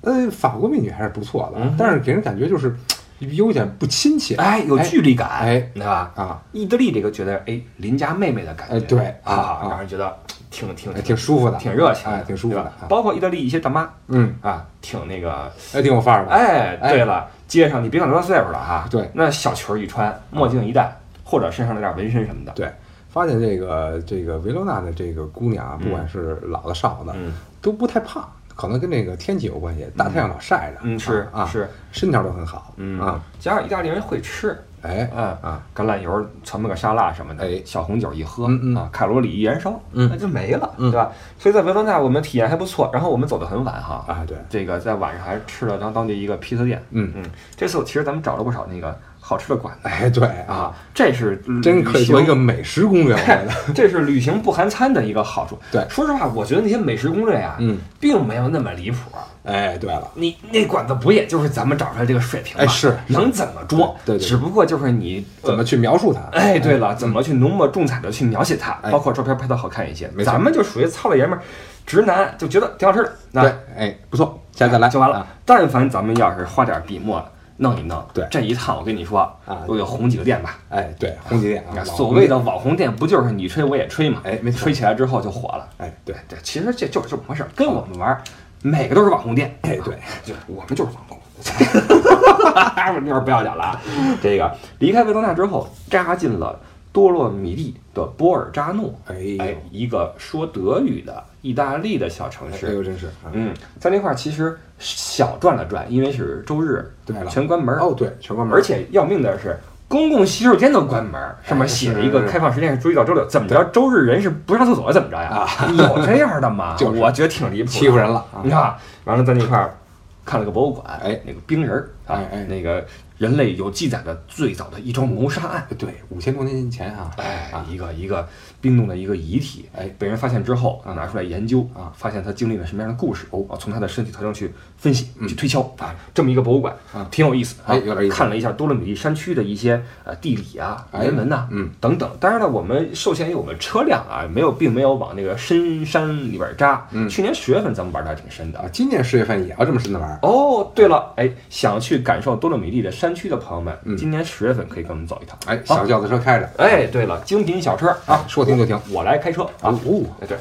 Speaker 2: 呃，法国美女还是不错的，但是给人感觉就是有点不亲切，
Speaker 1: 嗯哎，有距离感，
Speaker 2: 哎
Speaker 1: 对吧？
Speaker 2: 啊，
Speaker 1: 意大利这个觉得哎邻家妹妹的感觉，
Speaker 2: 哎对啊
Speaker 1: 啊，
Speaker 2: 啊
Speaker 1: 让人觉得挺挺
Speaker 2: 哎挺舒服的，
Speaker 1: 挺热情的，
Speaker 2: 哎，挺舒服的
Speaker 1: 对吧
Speaker 2: 啊，
Speaker 1: 包括意大利一些大妈
Speaker 2: 嗯，
Speaker 1: 啊，挺那个，
Speaker 2: 哎，挺有范儿的，
Speaker 1: 哎，
Speaker 2: 哎
Speaker 1: 对了，街上你别管多大岁数了哈，
Speaker 2: 对
Speaker 1: 那小裙儿一穿，墨镜一戴，或者身上那点纹身什么的，
Speaker 2: 对，发现这个这个维罗纳的这个姑娘啊，不管是老的少的，
Speaker 1: 嗯
Speaker 2: 都不太胖，可能跟这个天气有关系，大太阳老晒着，
Speaker 1: 嗯是
Speaker 2: 啊，
Speaker 1: 是，
Speaker 2: 身条都很好，
Speaker 1: 嗯
Speaker 2: 啊，，
Speaker 1: 加上意大利人会吃，
Speaker 2: 哎
Speaker 1: 啊
Speaker 2: 啊，
Speaker 1: 橄榄油传播个沙拉什么的，
Speaker 2: 哎
Speaker 1: 小红酒一喝、
Speaker 2: 嗯嗯
Speaker 1: 啊，卡路里一燃烧，
Speaker 2: 嗯
Speaker 1: 那就没了，
Speaker 2: 嗯
Speaker 1: 对吧？所以在维罗纳我们体验还不错，然后我们走得很晚哈，
Speaker 2: 啊，对，
Speaker 1: 这个在晚上还吃了当当地一个披萨店，
Speaker 2: 嗯，
Speaker 1: 嗯，这次我其实咱们找了不少那个好吃的馆子
Speaker 2: 哎对啊，
Speaker 1: 啊，这是
Speaker 2: 真可以做一个
Speaker 1: 旅
Speaker 2: 美食攻略，我觉得，
Speaker 1: 行，这是旅行不含餐的一个好处。
Speaker 2: 对
Speaker 1: 说实话，我觉得那些美食攻略啊，
Speaker 2: 嗯，
Speaker 1: 并没有那么离谱。
Speaker 2: 哎对了，
Speaker 1: 你那馆子不也就是咱们找出来这个水平吗？
Speaker 2: 哎是
Speaker 1: 能怎么捉？
Speaker 2: 对对对
Speaker 1: 只不过就是你
Speaker 2: 怎么
Speaker 1: 呃
Speaker 2: 去描述它？
Speaker 1: 哎，对了，怎么去浓墨重彩的去描写它，
Speaker 2: 哎
Speaker 1: 包括照片拍的好看一些。
Speaker 2: 没错
Speaker 1: 咱们就属于糙老爷们儿、直男，就觉得挺好吃的，那
Speaker 2: 对，哎不错，下次再来
Speaker 1: 就完了
Speaker 2: 啊。
Speaker 1: 但凡咱们要是花点笔墨弄一弄，
Speaker 2: 对
Speaker 1: 这一趟我跟你说
Speaker 2: 啊
Speaker 1: 都得红几个店吧。
Speaker 2: 哎对，红旗店啊，
Speaker 1: 所谓的网红店，不就是你吹我也吹嘛？
Speaker 2: 哎没错
Speaker 1: 吹起来之后就火了。
Speaker 2: 哎对，
Speaker 1: 对，其实这就是这么回事儿，跟我们玩儿，每个都是网红店。
Speaker 2: 哎对，
Speaker 1: 对，我们就是 网红。我这会儿不要讲了啊。这个离开维罗纳之后，扎进了多洛米蒂的波尔扎诺，
Speaker 2: 哎呦
Speaker 1: 哎，一个说德语的意大利的小城
Speaker 2: 哎
Speaker 1: 市。
Speaker 2: 呦，真是啊！
Speaker 1: 嗯，在那块儿其实小转了转，因为是周日，
Speaker 2: 对了
Speaker 1: 全关门儿。
Speaker 2: 哦，对，全关门，
Speaker 1: 而且要命的是，公共洗手间都关门儿，上面写着一个
Speaker 2: 哎是
Speaker 1: 开放时间是周一到周六，怎么着周日人是不上厕所怎么着呀？有这样的吗？
Speaker 2: 啊 就是
Speaker 1: 我觉得挺离谱的，
Speaker 2: 欺负人了啊
Speaker 1: 你！看，完了在那块儿看了个博物馆，
Speaker 2: 哎
Speaker 1: 那个冰人儿啊
Speaker 2: 哎哎，
Speaker 1: 那个人类有记载的最早的一桩谋杀案，
Speaker 2: 对，五千多年前啊，
Speaker 1: 哎
Speaker 2: 啊，
Speaker 1: 一个一个冰冻的一个遗体，
Speaker 2: 哎
Speaker 1: 被人发现之后
Speaker 2: 嗯
Speaker 1: 啊，拿出来研究
Speaker 2: 啊，
Speaker 1: 发现他经历了什么样的故事，哦，从他的身体特征去分析、去推敲啊，这么一个博物馆
Speaker 2: 啊
Speaker 1: 挺有意思啊
Speaker 2: 嗯哎有点意思
Speaker 1: 看了一下多伦比利山区的一些呃地理啊、
Speaker 2: 哎
Speaker 1: 人文呐、
Speaker 2: 嗯
Speaker 1: 等等。当然了，我们受限于我们车辆啊，没有并没有往那个深山里边扎。
Speaker 2: 嗯
Speaker 1: 去年十月份咱们玩的还挺深的
Speaker 2: 啊，今年十月份也要这么深的玩儿，
Speaker 1: 哦，对了，哎，想去感受多洛米蒂的山区的朋友们，
Speaker 2: 嗯
Speaker 1: 今年十月份可以跟我们走一趟。
Speaker 2: 哎，小轿子车开着
Speaker 1: 哎，对了，精品小车啊
Speaker 2: 啊，，说停就停
Speaker 1: 我来开车啊。
Speaker 2: 哦，
Speaker 1: 哎，对，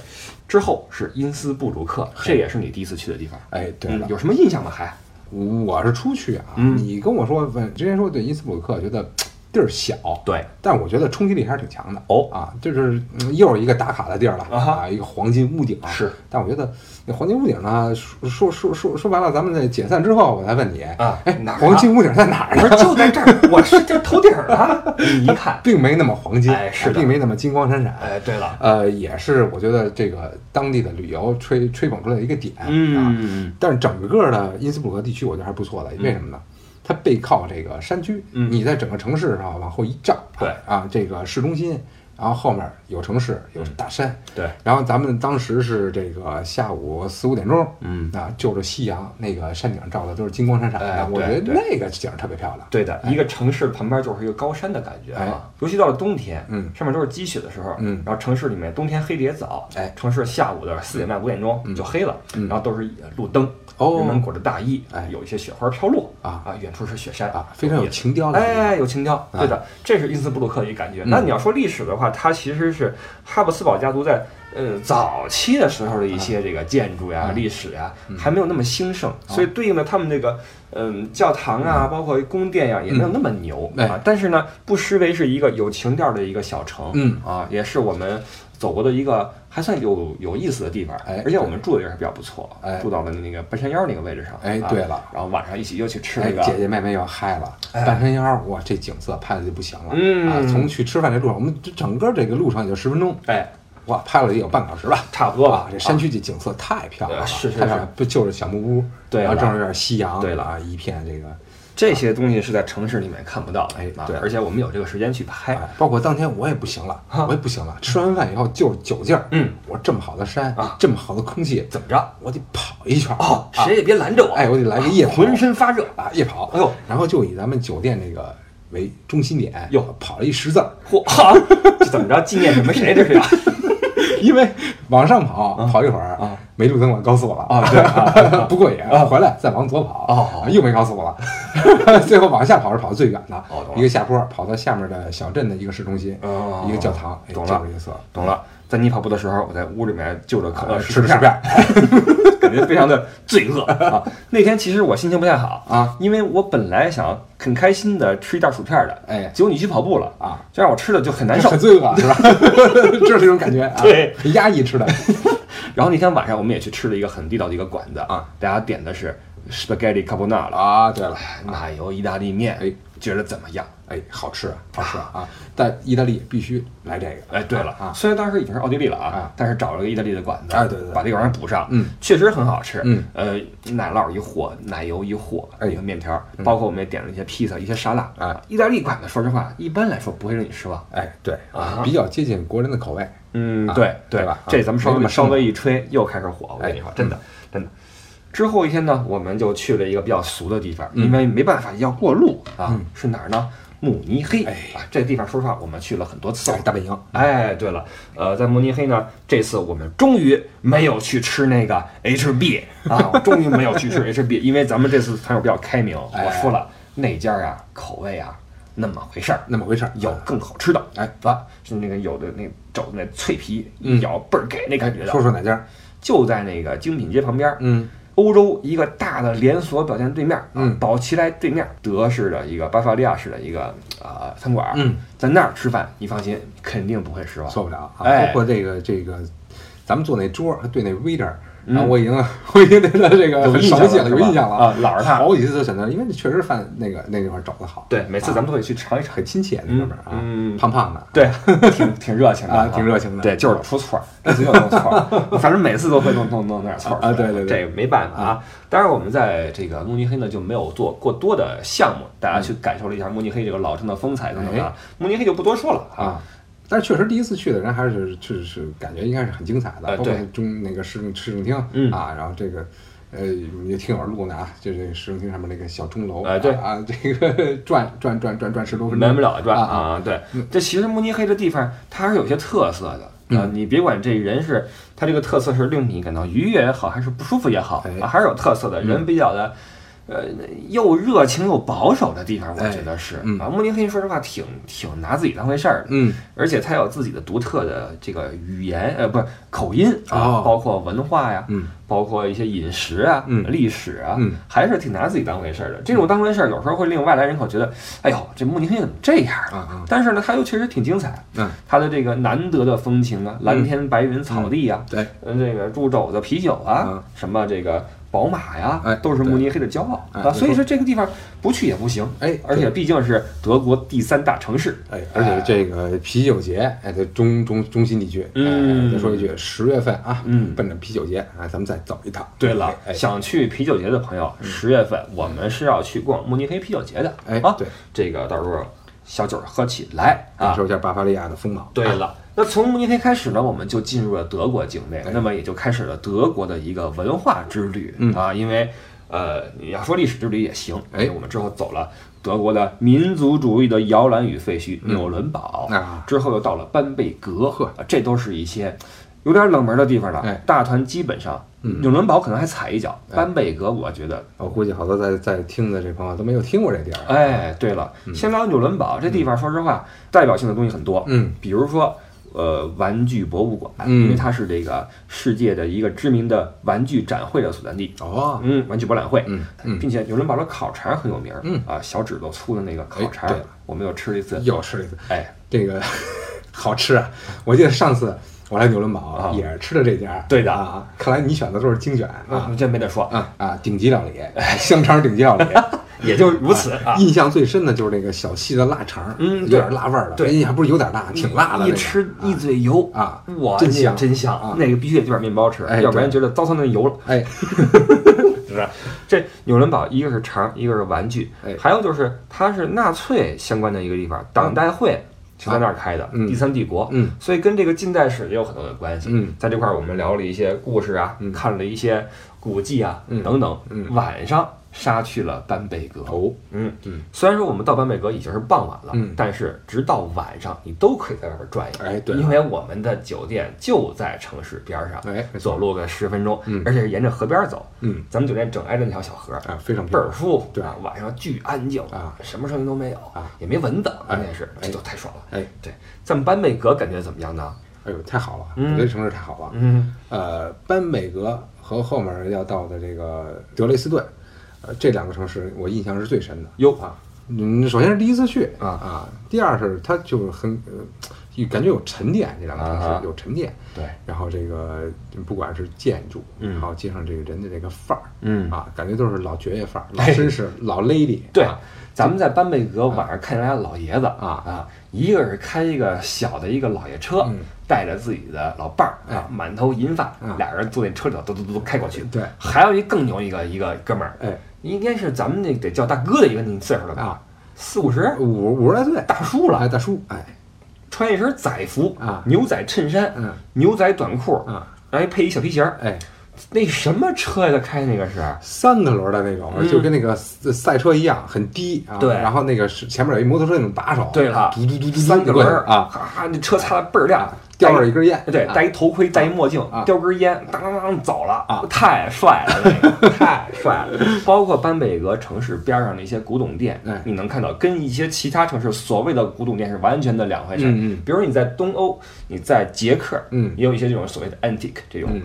Speaker 1: 之后是因斯布鲁克，这也是你第一次去的地方。
Speaker 2: 哎，对了
Speaker 1: 嗯，有什么印象吗？还
Speaker 2: 我是出去啊，
Speaker 1: 嗯
Speaker 2: 你跟我说问之前说对因斯布鲁克觉得嘖地儿小，
Speaker 1: 对，
Speaker 2: 但我觉得冲击力还是挺强的
Speaker 1: 哦
Speaker 2: 啊，就是嗯又是一个打卡的地儿了
Speaker 1: 啊哈
Speaker 2: 啊，一个黄金屋顶
Speaker 1: 是，
Speaker 2: 但我觉得那黄金屋顶呢，说说说说说白了，咱们在解散之后我才问你
Speaker 1: 啊
Speaker 2: 哎
Speaker 1: 哪儿，啊
Speaker 2: 黄 金屋顶在哪儿
Speaker 1: 我说
Speaker 2: 呢？
Speaker 1: 就在这儿，我是这头顶儿 啊。你一看，
Speaker 2: 并没那么黄金，
Speaker 1: 哎是的
Speaker 2: 并没那么金光闪闪，
Speaker 1: 哎，对了，
Speaker 2: 呃，也是我觉得这个当地的旅游吹吹捧出来的一个点，啊，
Speaker 1: 嗯，
Speaker 2: 但是整个的因斯布鲁克地区，我觉得还是不错的。为什么呢？它背靠这个山区，
Speaker 1: 嗯
Speaker 2: 你在整个城市上往后一照，
Speaker 1: 对
Speaker 2: 啊，这个市中心，然后后面有城市，有
Speaker 1: 嗯
Speaker 2: 大山。
Speaker 1: 对，
Speaker 2: 然后咱们当时是这个下午四五点钟，
Speaker 1: 嗯，
Speaker 2: 啊，就着夕阳，那个山顶照的都是金光闪闪的，
Speaker 1: 哎
Speaker 2: 我觉
Speaker 1: 对
Speaker 2: 得
Speaker 1: 对
Speaker 2: 那个景儿特别漂亮。
Speaker 1: 对的，一个城市旁边就是一个高山的感觉
Speaker 2: 哎
Speaker 1: 啊，尤其到了冬天，
Speaker 2: 嗯
Speaker 1: 上面都是积雪的时候，
Speaker 2: 嗯
Speaker 1: 然后城市里面冬天黑的也早，
Speaker 2: 哎
Speaker 1: 城市下午的四点半五点钟就黑了，
Speaker 2: 嗯
Speaker 1: 然后都是路灯，
Speaker 2: 哦
Speaker 1: 人们裹着大衣，
Speaker 2: 哎
Speaker 1: 有一些雪花飘落
Speaker 2: 啊
Speaker 1: 啊，远处是雪山
Speaker 2: 啊，非常有
Speaker 1: 意思
Speaker 2: 情调的。
Speaker 1: 哎，有情
Speaker 2: 啊
Speaker 1: 调，对的，这是因斯布鲁克的一感
Speaker 2: 嗯
Speaker 1: 觉。那你要说历史的话，它其实是哈布斯堡家族在呃早期的时候的一
Speaker 2: 啊
Speaker 1: 些这个建筑呀、历史呀，
Speaker 2: 嗯
Speaker 1: 还没有那么兴
Speaker 2: 哦
Speaker 1: 盛，所以对应的他们这个嗯教堂啊，包括宫殿呀，也没有那么牛
Speaker 2: 哎
Speaker 1: 啊。但是呢，不失为是一个有情调的一个小城，
Speaker 2: 嗯
Speaker 1: 啊，也是我们走过的一个还算有有意思的地方。
Speaker 2: 哎
Speaker 1: 而且我们住的也是比较不错
Speaker 2: 哎，
Speaker 1: 住到了那个半山腰那个位置上。
Speaker 2: 哎
Speaker 1: 啊
Speaker 2: 对了
Speaker 1: 然后晚上一起又去吃
Speaker 2: 哎
Speaker 1: 那个哎
Speaker 2: 姐姐妹妹要嗨了，半山腰，哇，这景色拍的就不行了。
Speaker 1: 嗯
Speaker 2: 啊，从去吃饭这路上，我们这整个这个路上也就十分钟，
Speaker 1: 哎。
Speaker 2: 哇，拍了也有半个小时吧。
Speaker 1: 差不多啊
Speaker 2: 哇
Speaker 1: 吧，，
Speaker 2: 这山区这景色太漂亮了，
Speaker 1: 啊是是
Speaker 2: 太漂亮了，不就是小木屋，
Speaker 1: 对
Speaker 2: 然后
Speaker 1: 了
Speaker 2: 正是有点夕阳，
Speaker 1: 对了
Speaker 2: 啊，一片这个，
Speaker 1: 这些东西是在城市里面看不到的，
Speaker 2: 哎
Speaker 1: 啊
Speaker 2: 对
Speaker 1: 而且我们有这个时间去拍，
Speaker 2: 哎，包括当天我也不行了，我也不行了，吃完饭以后就是酒劲儿，
Speaker 1: 嗯，
Speaker 2: 我这么好的山
Speaker 1: 啊
Speaker 2: 这么好的空气，
Speaker 1: 怎么着？
Speaker 2: 我得跑一圈儿
Speaker 1: 哦，
Speaker 2: 啊
Speaker 1: 谁也别拦着我，哦
Speaker 2: 哎，我得来个夜跑，
Speaker 1: 浑身发热，
Speaker 2: 啊，夜跑，
Speaker 1: 哎呦，
Speaker 2: 然后就以咱们酒店这个为中心点，
Speaker 1: 哟
Speaker 2: 跑了一十字儿，
Speaker 1: 嚯，哈， 这怎么着？纪念什么谁这是要？
Speaker 2: 因为往上跑，跑一会儿
Speaker 1: 啊，
Speaker 2: 没路灯往高速了
Speaker 1: 啊对
Speaker 2: 啊， 不过瘾，回来再往左跑啊
Speaker 1: 哦，
Speaker 2: 又没高速了， 最后往下跑是跑最远的
Speaker 1: 哦懂，了
Speaker 2: 一个下坡跑到下面的小镇的一个市中心
Speaker 1: 哦，
Speaker 2: 一个教堂，哎
Speaker 1: 懂
Speaker 2: 这
Speaker 1: 了
Speaker 2: 个角色，
Speaker 1: 懂了，在你跑步的时候，我在屋里面啊就着可乐
Speaker 2: 呃吃着
Speaker 1: 片
Speaker 2: 吃
Speaker 1: 儿，
Speaker 2: 片
Speaker 1: 感觉非常的罪 恶啊。那天其实我心情不太好
Speaker 2: 啊，
Speaker 1: 因为我本来想很开心的吃一袋薯片的，
Speaker 2: 哎
Speaker 1: 结果你去跑步了
Speaker 2: 啊，
Speaker 1: 这让我吃的就很难受
Speaker 2: 很。罪恶是吧？ 就是这种感觉，啊
Speaker 1: 对，
Speaker 2: 很压抑吃的，
Speaker 1: 然后那天晚上我们也去吃了一个很地道的一个馆子
Speaker 2: 啊，
Speaker 1: 大家点的是 spaghetti carbonara。
Speaker 2: 啊，对了，
Speaker 1: 奶油意大利面，
Speaker 2: 哎，
Speaker 1: 觉得怎么样？
Speaker 2: 哎，好吃啊，好吃啊啊，但意大利必须来这个，
Speaker 1: 哎，对了
Speaker 2: 啊
Speaker 1: 虽然当时已经是奥地利了啊，
Speaker 2: 啊
Speaker 1: 但是找了个意大利的馆子，
Speaker 2: 哎对对对
Speaker 1: 把这个玩意儿补上，
Speaker 2: 嗯，
Speaker 1: 确实很好吃，
Speaker 2: 嗯，
Speaker 1: 呃，奶酪一和，奶油一和，
Speaker 2: 哎
Speaker 1: 一个面条，包括我们也点了一些披萨、一些沙拉，
Speaker 2: 哎
Speaker 1: 意大利馆子说实话，一般来说不会让你失望，
Speaker 2: 哎，对
Speaker 1: 啊
Speaker 2: 比较接近国人的口味，
Speaker 1: 嗯，
Speaker 2: 啊
Speaker 1: 对
Speaker 2: 对吧啊
Speaker 1: 这咱们稍
Speaker 2: 没那哎
Speaker 1: 微
Speaker 2: 么
Speaker 1: 稍
Speaker 2: 生
Speaker 1: 微一吹又开始火，我跟你说，
Speaker 2: 嗯
Speaker 1: 真的真的。之后一天呢，我们就去了一个比较俗的地方，
Speaker 2: 嗯
Speaker 1: 因为没办法要过路啊，是哪儿呢？慕尼黑
Speaker 2: 哎
Speaker 1: 啊，这地方说实话我们去了很多次了
Speaker 2: 哎，大本营，
Speaker 1: 哎，对了，呃，在慕尼黑呢，这次我们终于没有去吃那个 HB 啊，我终于没有去吃 HB，因 为咱们这次团友比较开明，
Speaker 2: 哎
Speaker 1: 我说了那家啊口味啊那么回事儿，
Speaker 2: 那么回事儿，
Speaker 1: 有更好吃的，
Speaker 2: 哎
Speaker 1: 啊，是那个有的那肘子
Speaker 2: 嗯
Speaker 1: 那脆皮一咬倍儿给那感觉的，
Speaker 2: 说说哪家？
Speaker 1: 就在那个精品街旁边，
Speaker 2: 嗯，
Speaker 1: 欧洲一个大的连锁表店对面，啊
Speaker 2: 嗯
Speaker 1: 宝奇莱对面，德式的一个巴伐利亚式的一个啊、呃餐馆，
Speaker 2: 嗯，
Speaker 1: 在那儿吃饭，你放心，肯定不会失望。
Speaker 2: 错不了啊！
Speaker 1: 哎
Speaker 2: 包括这个这个，咱们坐那桌儿对那 waiter，
Speaker 1: 嗯
Speaker 2: 然后我已经 我已经对他这个
Speaker 1: 有
Speaker 2: 呃很
Speaker 1: 印象
Speaker 2: 熟悉了，
Speaker 1: 了
Speaker 2: 有
Speaker 1: 是吧
Speaker 2: 印象了哦
Speaker 1: 啊老是他
Speaker 2: 好几次选择，因为确实饭那个那地方找的好，
Speaker 1: 对，每次咱们都会去尝一尝。
Speaker 2: 很亲切那哥们儿啊，
Speaker 1: 嗯，
Speaker 2: 胖胖的，
Speaker 1: 对，挺挺热情的
Speaker 2: 啊挺热情的
Speaker 1: 对，就是出错 儿，每次又弄错儿， 反正每次都会弄弄弄点错儿
Speaker 2: 啊对对对
Speaker 1: 这个没办法啊。当然，我们在这个慕尼黑呢就没有做过多的项目，大家去感受了一下慕尼黑这个老城的风采等等啊。慕尼黑就不多说了啊。
Speaker 2: 啊。但是确实第一次去的人还是是是感觉应该是很精彩的，
Speaker 1: 呃
Speaker 2: 包括
Speaker 1: 对
Speaker 2: 中那个市政市政厅、
Speaker 1: 嗯
Speaker 2: 啊，然后这个呃也挺有路的啊，就是那个市政厅上面那个小钟楼，
Speaker 1: 哎对
Speaker 2: 啊， 这个转转转转转十多分钟，
Speaker 1: 难不了是吧？
Speaker 2: 啊
Speaker 1: 啊，对，这其实慕尼黑这地方它还是有些特色
Speaker 2: 嗯
Speaker 1: 的啊。你别管这人是它这个特色是令你感到愉悦也好，还是不舒服也好
Speaker 2: 哎，
Speaker 1: 啊，还是有特色的。人比较的，呃，又热情又保守的地方，我
Speaker 2: 哎
Speaker 1: 觉得是
Speaker 2: 嗯
Speaker 1: 啊。慕尼黑说实话挺挺拿自己当回事儿的，
Speaker 2: 嗯，
Speaker 1: 而且它有自己的独特的这个语言，呃，不是口音啊
Speaker 2: 哦，
Speaker 1: 包括文化呀，
Speaker 2: 嗯，
Speaker 1: 包括一些饮食啊、
Speaker 2: 嗯
Speaker 1: 历史啊，
Speaker 2: 嗯
Speaker 1: 还是挺拿自己当回事儿的。这种当回事儿，有时候会令外来人口觉得，哎呦，这慕尼黑怎么这样
Speaker 2: 啊啊
Speaker 1: 但是呢，它又确实挺精彩，
Speaker 2: 嗯，
Speaker 1: 它的这个难得的风情啊，蓝天白云、草地啊，
Speaker 2: 对，
Speaker 1: 嗯，这个入肘子啤酒啊，
Speaker 2: 嗯
Speaker 1: 什么这个宝马呀、
Speaker 2: 哎
Speaker 1: 都是慕尼黑的骄傲、
Speaker 2: 对哎
Speaker 1: 啊。
Speaker 2: 没
Speaker 1: 所以说这个地方不去也不行，
Speaker 2: 哎，
Speaker 1: 而且毕竟是德国第三大城市，
Speaker 2: 哎，而且这个啤酒节，哎，在中中中心地区，
Speaker 1: 嗯
Speaker 2: 哎，再说一句，十月份啊，
Speaker 1: 嗯
Speaker 2: 奔着啤酒节，哎，咱们再走一趟。
Speaker 1: 对了，
Speaker 2: 哎，嗯
Speaker 1: 想去啤酒节的朋友，十月份我们是要去逛慕尼黑啤酒节的。
Speaker 2: 哎
Speaker 1: 啊，
Speaker 2: 对，
Speaker 1: 这个到时候小酒喝起来
Speaker 2: 感
Speaker 1: 啊。
Speaker 2: 受一下巴伐利亚的风貌。
Speaker 1: 对
Speaker 2: 啊，
Speaker 1: 了，那从慕尼黑开始呢，我们就进入了德国境内，那么也就开始了德国的一个文化之旅啊，因为。呃，你要说历史之旅也行，
Speaker 2: 嗯哎
Speaker 1: 我们之后走了德国的民族主义的摇篮与废墟纽伦堡，
Speaker 2: 嗯啊
Speaker 1: 之后又到了班贝格，
Speaker 2: 呵
Speaker 1: 啊这都是一些有点冷门的地方了。
Speaker 2: 哎嗯
Speaker 1: 大团基本上，纽伦堡可能还踩一脚，班贝格我觉得，
Speaker 2: 我估计好多在在听的这朋友都没有听过这地儿。
Speaker 1: 哎，对了，先聊纽伦堡这地方，说实话，代表性的东西很多，
Speaker 2: 嗯，
Speaker 1: 比如说。呃，玩具博物馆，
Speaker 2: 嗯
Speaker 1: 因为它是这个世界的一个知名的玩具展会的所在地，
Speaker 2: 哦，
Speaker 1: 嗯，玩具博览会，
Speaker 2: 嗯嗯，
Speaker 1: 并且纽伦堡的烤肠很有名，
Speaker 2: 嗯
Speaker 1: 啊，小指头粗的那个烤肠
Speaker 2: 哎对了，
Speaker 1: 我们又吃了一次，
Speaker 2: 又吃了一次，
Speaker 1: 哎，
Speaker 2: 这个 好吃啊！我记得上次我来纽
Speaker 1: 啊
Speaker 2: 伦堡也是吃的这家，
Speaker 1: 对的
Speaker 2: 啊。看来你选的都是精选啊
Speaker 1: 这没得说，
Speaker 2: 啊啊，顶级料理， 香肠顶级料理。
Speaker 1: 也就如此啊，
Speaker 2: 印象最深的就是那个小细的腊肠，
Speaker 1: 嗯
Speaker 2: 有
Speaker 1: 对
Speaker 2: 点辣味儿的，
Speaker 1: 对
Speaker 2: 哎呀，不是有点辣，挺辣的那
Speaker 1: 一
Speaker 2: 个，
Speaker 1: 吃一嘴油
Speaker 2: 啊
Speaker 1: 哇，
Speaker 2: 真
Speaker 1: 那个
Speaker 2: 香
Speaker 1: 真香
Speaker 2: 啊
Speaker 1: 那个必须得就点面包吃，
Speaker 2: 哎
Speaker 1: 要不然觉
Speaker 2: 对
Speaker 1: 得糟蹋那油了。
Speaker 2: 哎，
Speaker 1: 是吧？这纽伦堡一个是肠，一个是玩具，
Speaker 2: 哎
Speaker 1: 还有就是它是纳粹相关的一个地方，党代会就在那儿开的，
Speaker 2: 嗯
Speaker 1: 第三帝国，
Speaker 2: 嗯，
Speaker 1: 所以跟这个近代史也有很多的关系。
Speaker 2: 嗯，
Speaker 1: 在这块儿我们聊了一些故事啊，看了一些古迹啊、
Speaker 2: 嗯
Speaker 1: 等等。
Speaker 2: 嗯
Speaker 1: 晚上杀去了班贝格，
Speaker 2: 哦，
Speaker 1: 嗯
Speaker 2: 嗯，
Speaker 1: 虽然说我们到班贝格已经是傍晚了，
Speaker 2: 嗯
Speaker 1: 但是直到晚上你都可以在外边转一转，
Speaker 2: 哎对
Speaker 1: 因为我们的酒店就在城市边上，
Speaker 2: 哎没错
Speaker 1: 走路个十分钟，
Speaker 2: 嗯
Speaker 1: 而且是沿着河边走，
Speaker 2: 嗯
Speaker 1: 咱们酒店整挨着那条小河，
Speaker 2: 啊，非常
Speaker 1: 倍儿舒服，
Speaker 2: 对
Speaker 1: 啊，晚上巨安静
Speaker 2: 啊，
Speaker 1: 什么声音都没有
Speaker 2: 啊，
Speaker 1: 也没蚊子，关键是
Speaker 2: 哎
Speaker 1: 这就太爽了，
Speaker 2: 哎
Speaker 1: 对，咱们班贝格感觉怎么样呢？
Speaker 2: 哎呦，太好了，
Speaker 1: 嗯
Speaker 2: 我觉得城市太好了。
Speaker 1: 嗯，
Speaker 2: 呃，班美格和后面要到的这个德累斯顿，呃，这两个城市我印象是最深的。
Speaker 1: 哟
Speaker 2: 啊，嗯，首先是第一次去
Speaker 1: 啊
Speaker 2: 啊，第二是它就是很呃，感觉有沉淀，这两个城市、
Speaker 1: 啊哈
Speaker 2: 有沉淀。
Speaker 1: 对，
Speaker 2: 然后这个不管是建筑，
Speaker 1: 嗯
Speaker 2: 然后街上这个人的这个范儿，
Speaker 1: 嗯哎
Speaker 2: 啊，感觉都是老爵爷范儿、老绅士、老 lady，
Speaker 1: 对
Speaker 2: 啊，
Speaker 1: 咱们在班贝格晚上看人家老爷子
Speaker 2: 啊
Speaker 1: 啊，一个是开一个小的一个老爷车
Speaker 2: 嗯，
Speaker 1: 带着自己的老伴儿啊，满头银发，俩人坐那车里头嘟嘟嘟开过去。
Speaker 2: 对
Speaker 1: 还有一更牛一个一个哥们儿，
Speaker 2: 哎，
Speaker 1: 应该是咱们那得叫大哥的一个那岁数了吧
Speaker 2: 啊，
Speaker 1: 四五十
Speaker 2: 五五十来岁
Speaker 1: 大叔了
Speaker 2: 哎，，大叔，哎，
Speaker 1: 穿一身仔服
Speaker 2: 啊
Speaker 1: 牛仔衬衫，
Speaker 2: 嗯
Speaker 1: 牛仔短裤，
Speaker 2: 啊，
Speaker 1: 然后配一小皮鞋儿。
Speaker 2: 哎，
Speaker 1: 那什么车呀？他开那个是？
Speaker 2: 三个轮儿的那种，
Speaker 1: 嗯
Speaker 2: 就跟那个赛赛车一样，很低啊。
Speaker 1: 对
Speaker 2: 然后那个是前面有一摩托车那种把手，啊
Speaker 1: 对了
Speaker 2: 嘟嘟嘟嘟嘟
Speaker 1: 啊三个轮儿
Speaker 2: 对啊，
Speaker 1: 哈哈，那车擦的倍儿亮，
Speaker 2: 叼着一根烟，
Speaker 1: 对，
Speaker 2: 啊
Speaker 1: 戴一头盔，戴一墨镜
Speaker 2: 啊，
Speaker 1: 叼根烟，当当当走了
Speaker 2: 啊
Speaker 1: 太帅了，那个太帅了。 包括班贝格城市边上的一些古董店
Speaker 2: 哎，
Speaker 1: 你能看到跟一些其他城市所谓的古董店是完全的两回事儿。
Speaker 2: 嗯嗯
Speaker 1: 比如你在东欧，你在捷克，
Speaker 2: 嗯
Speaker 1: 也有一些这种所谓的 antique 这种
Speaker 2: 嗯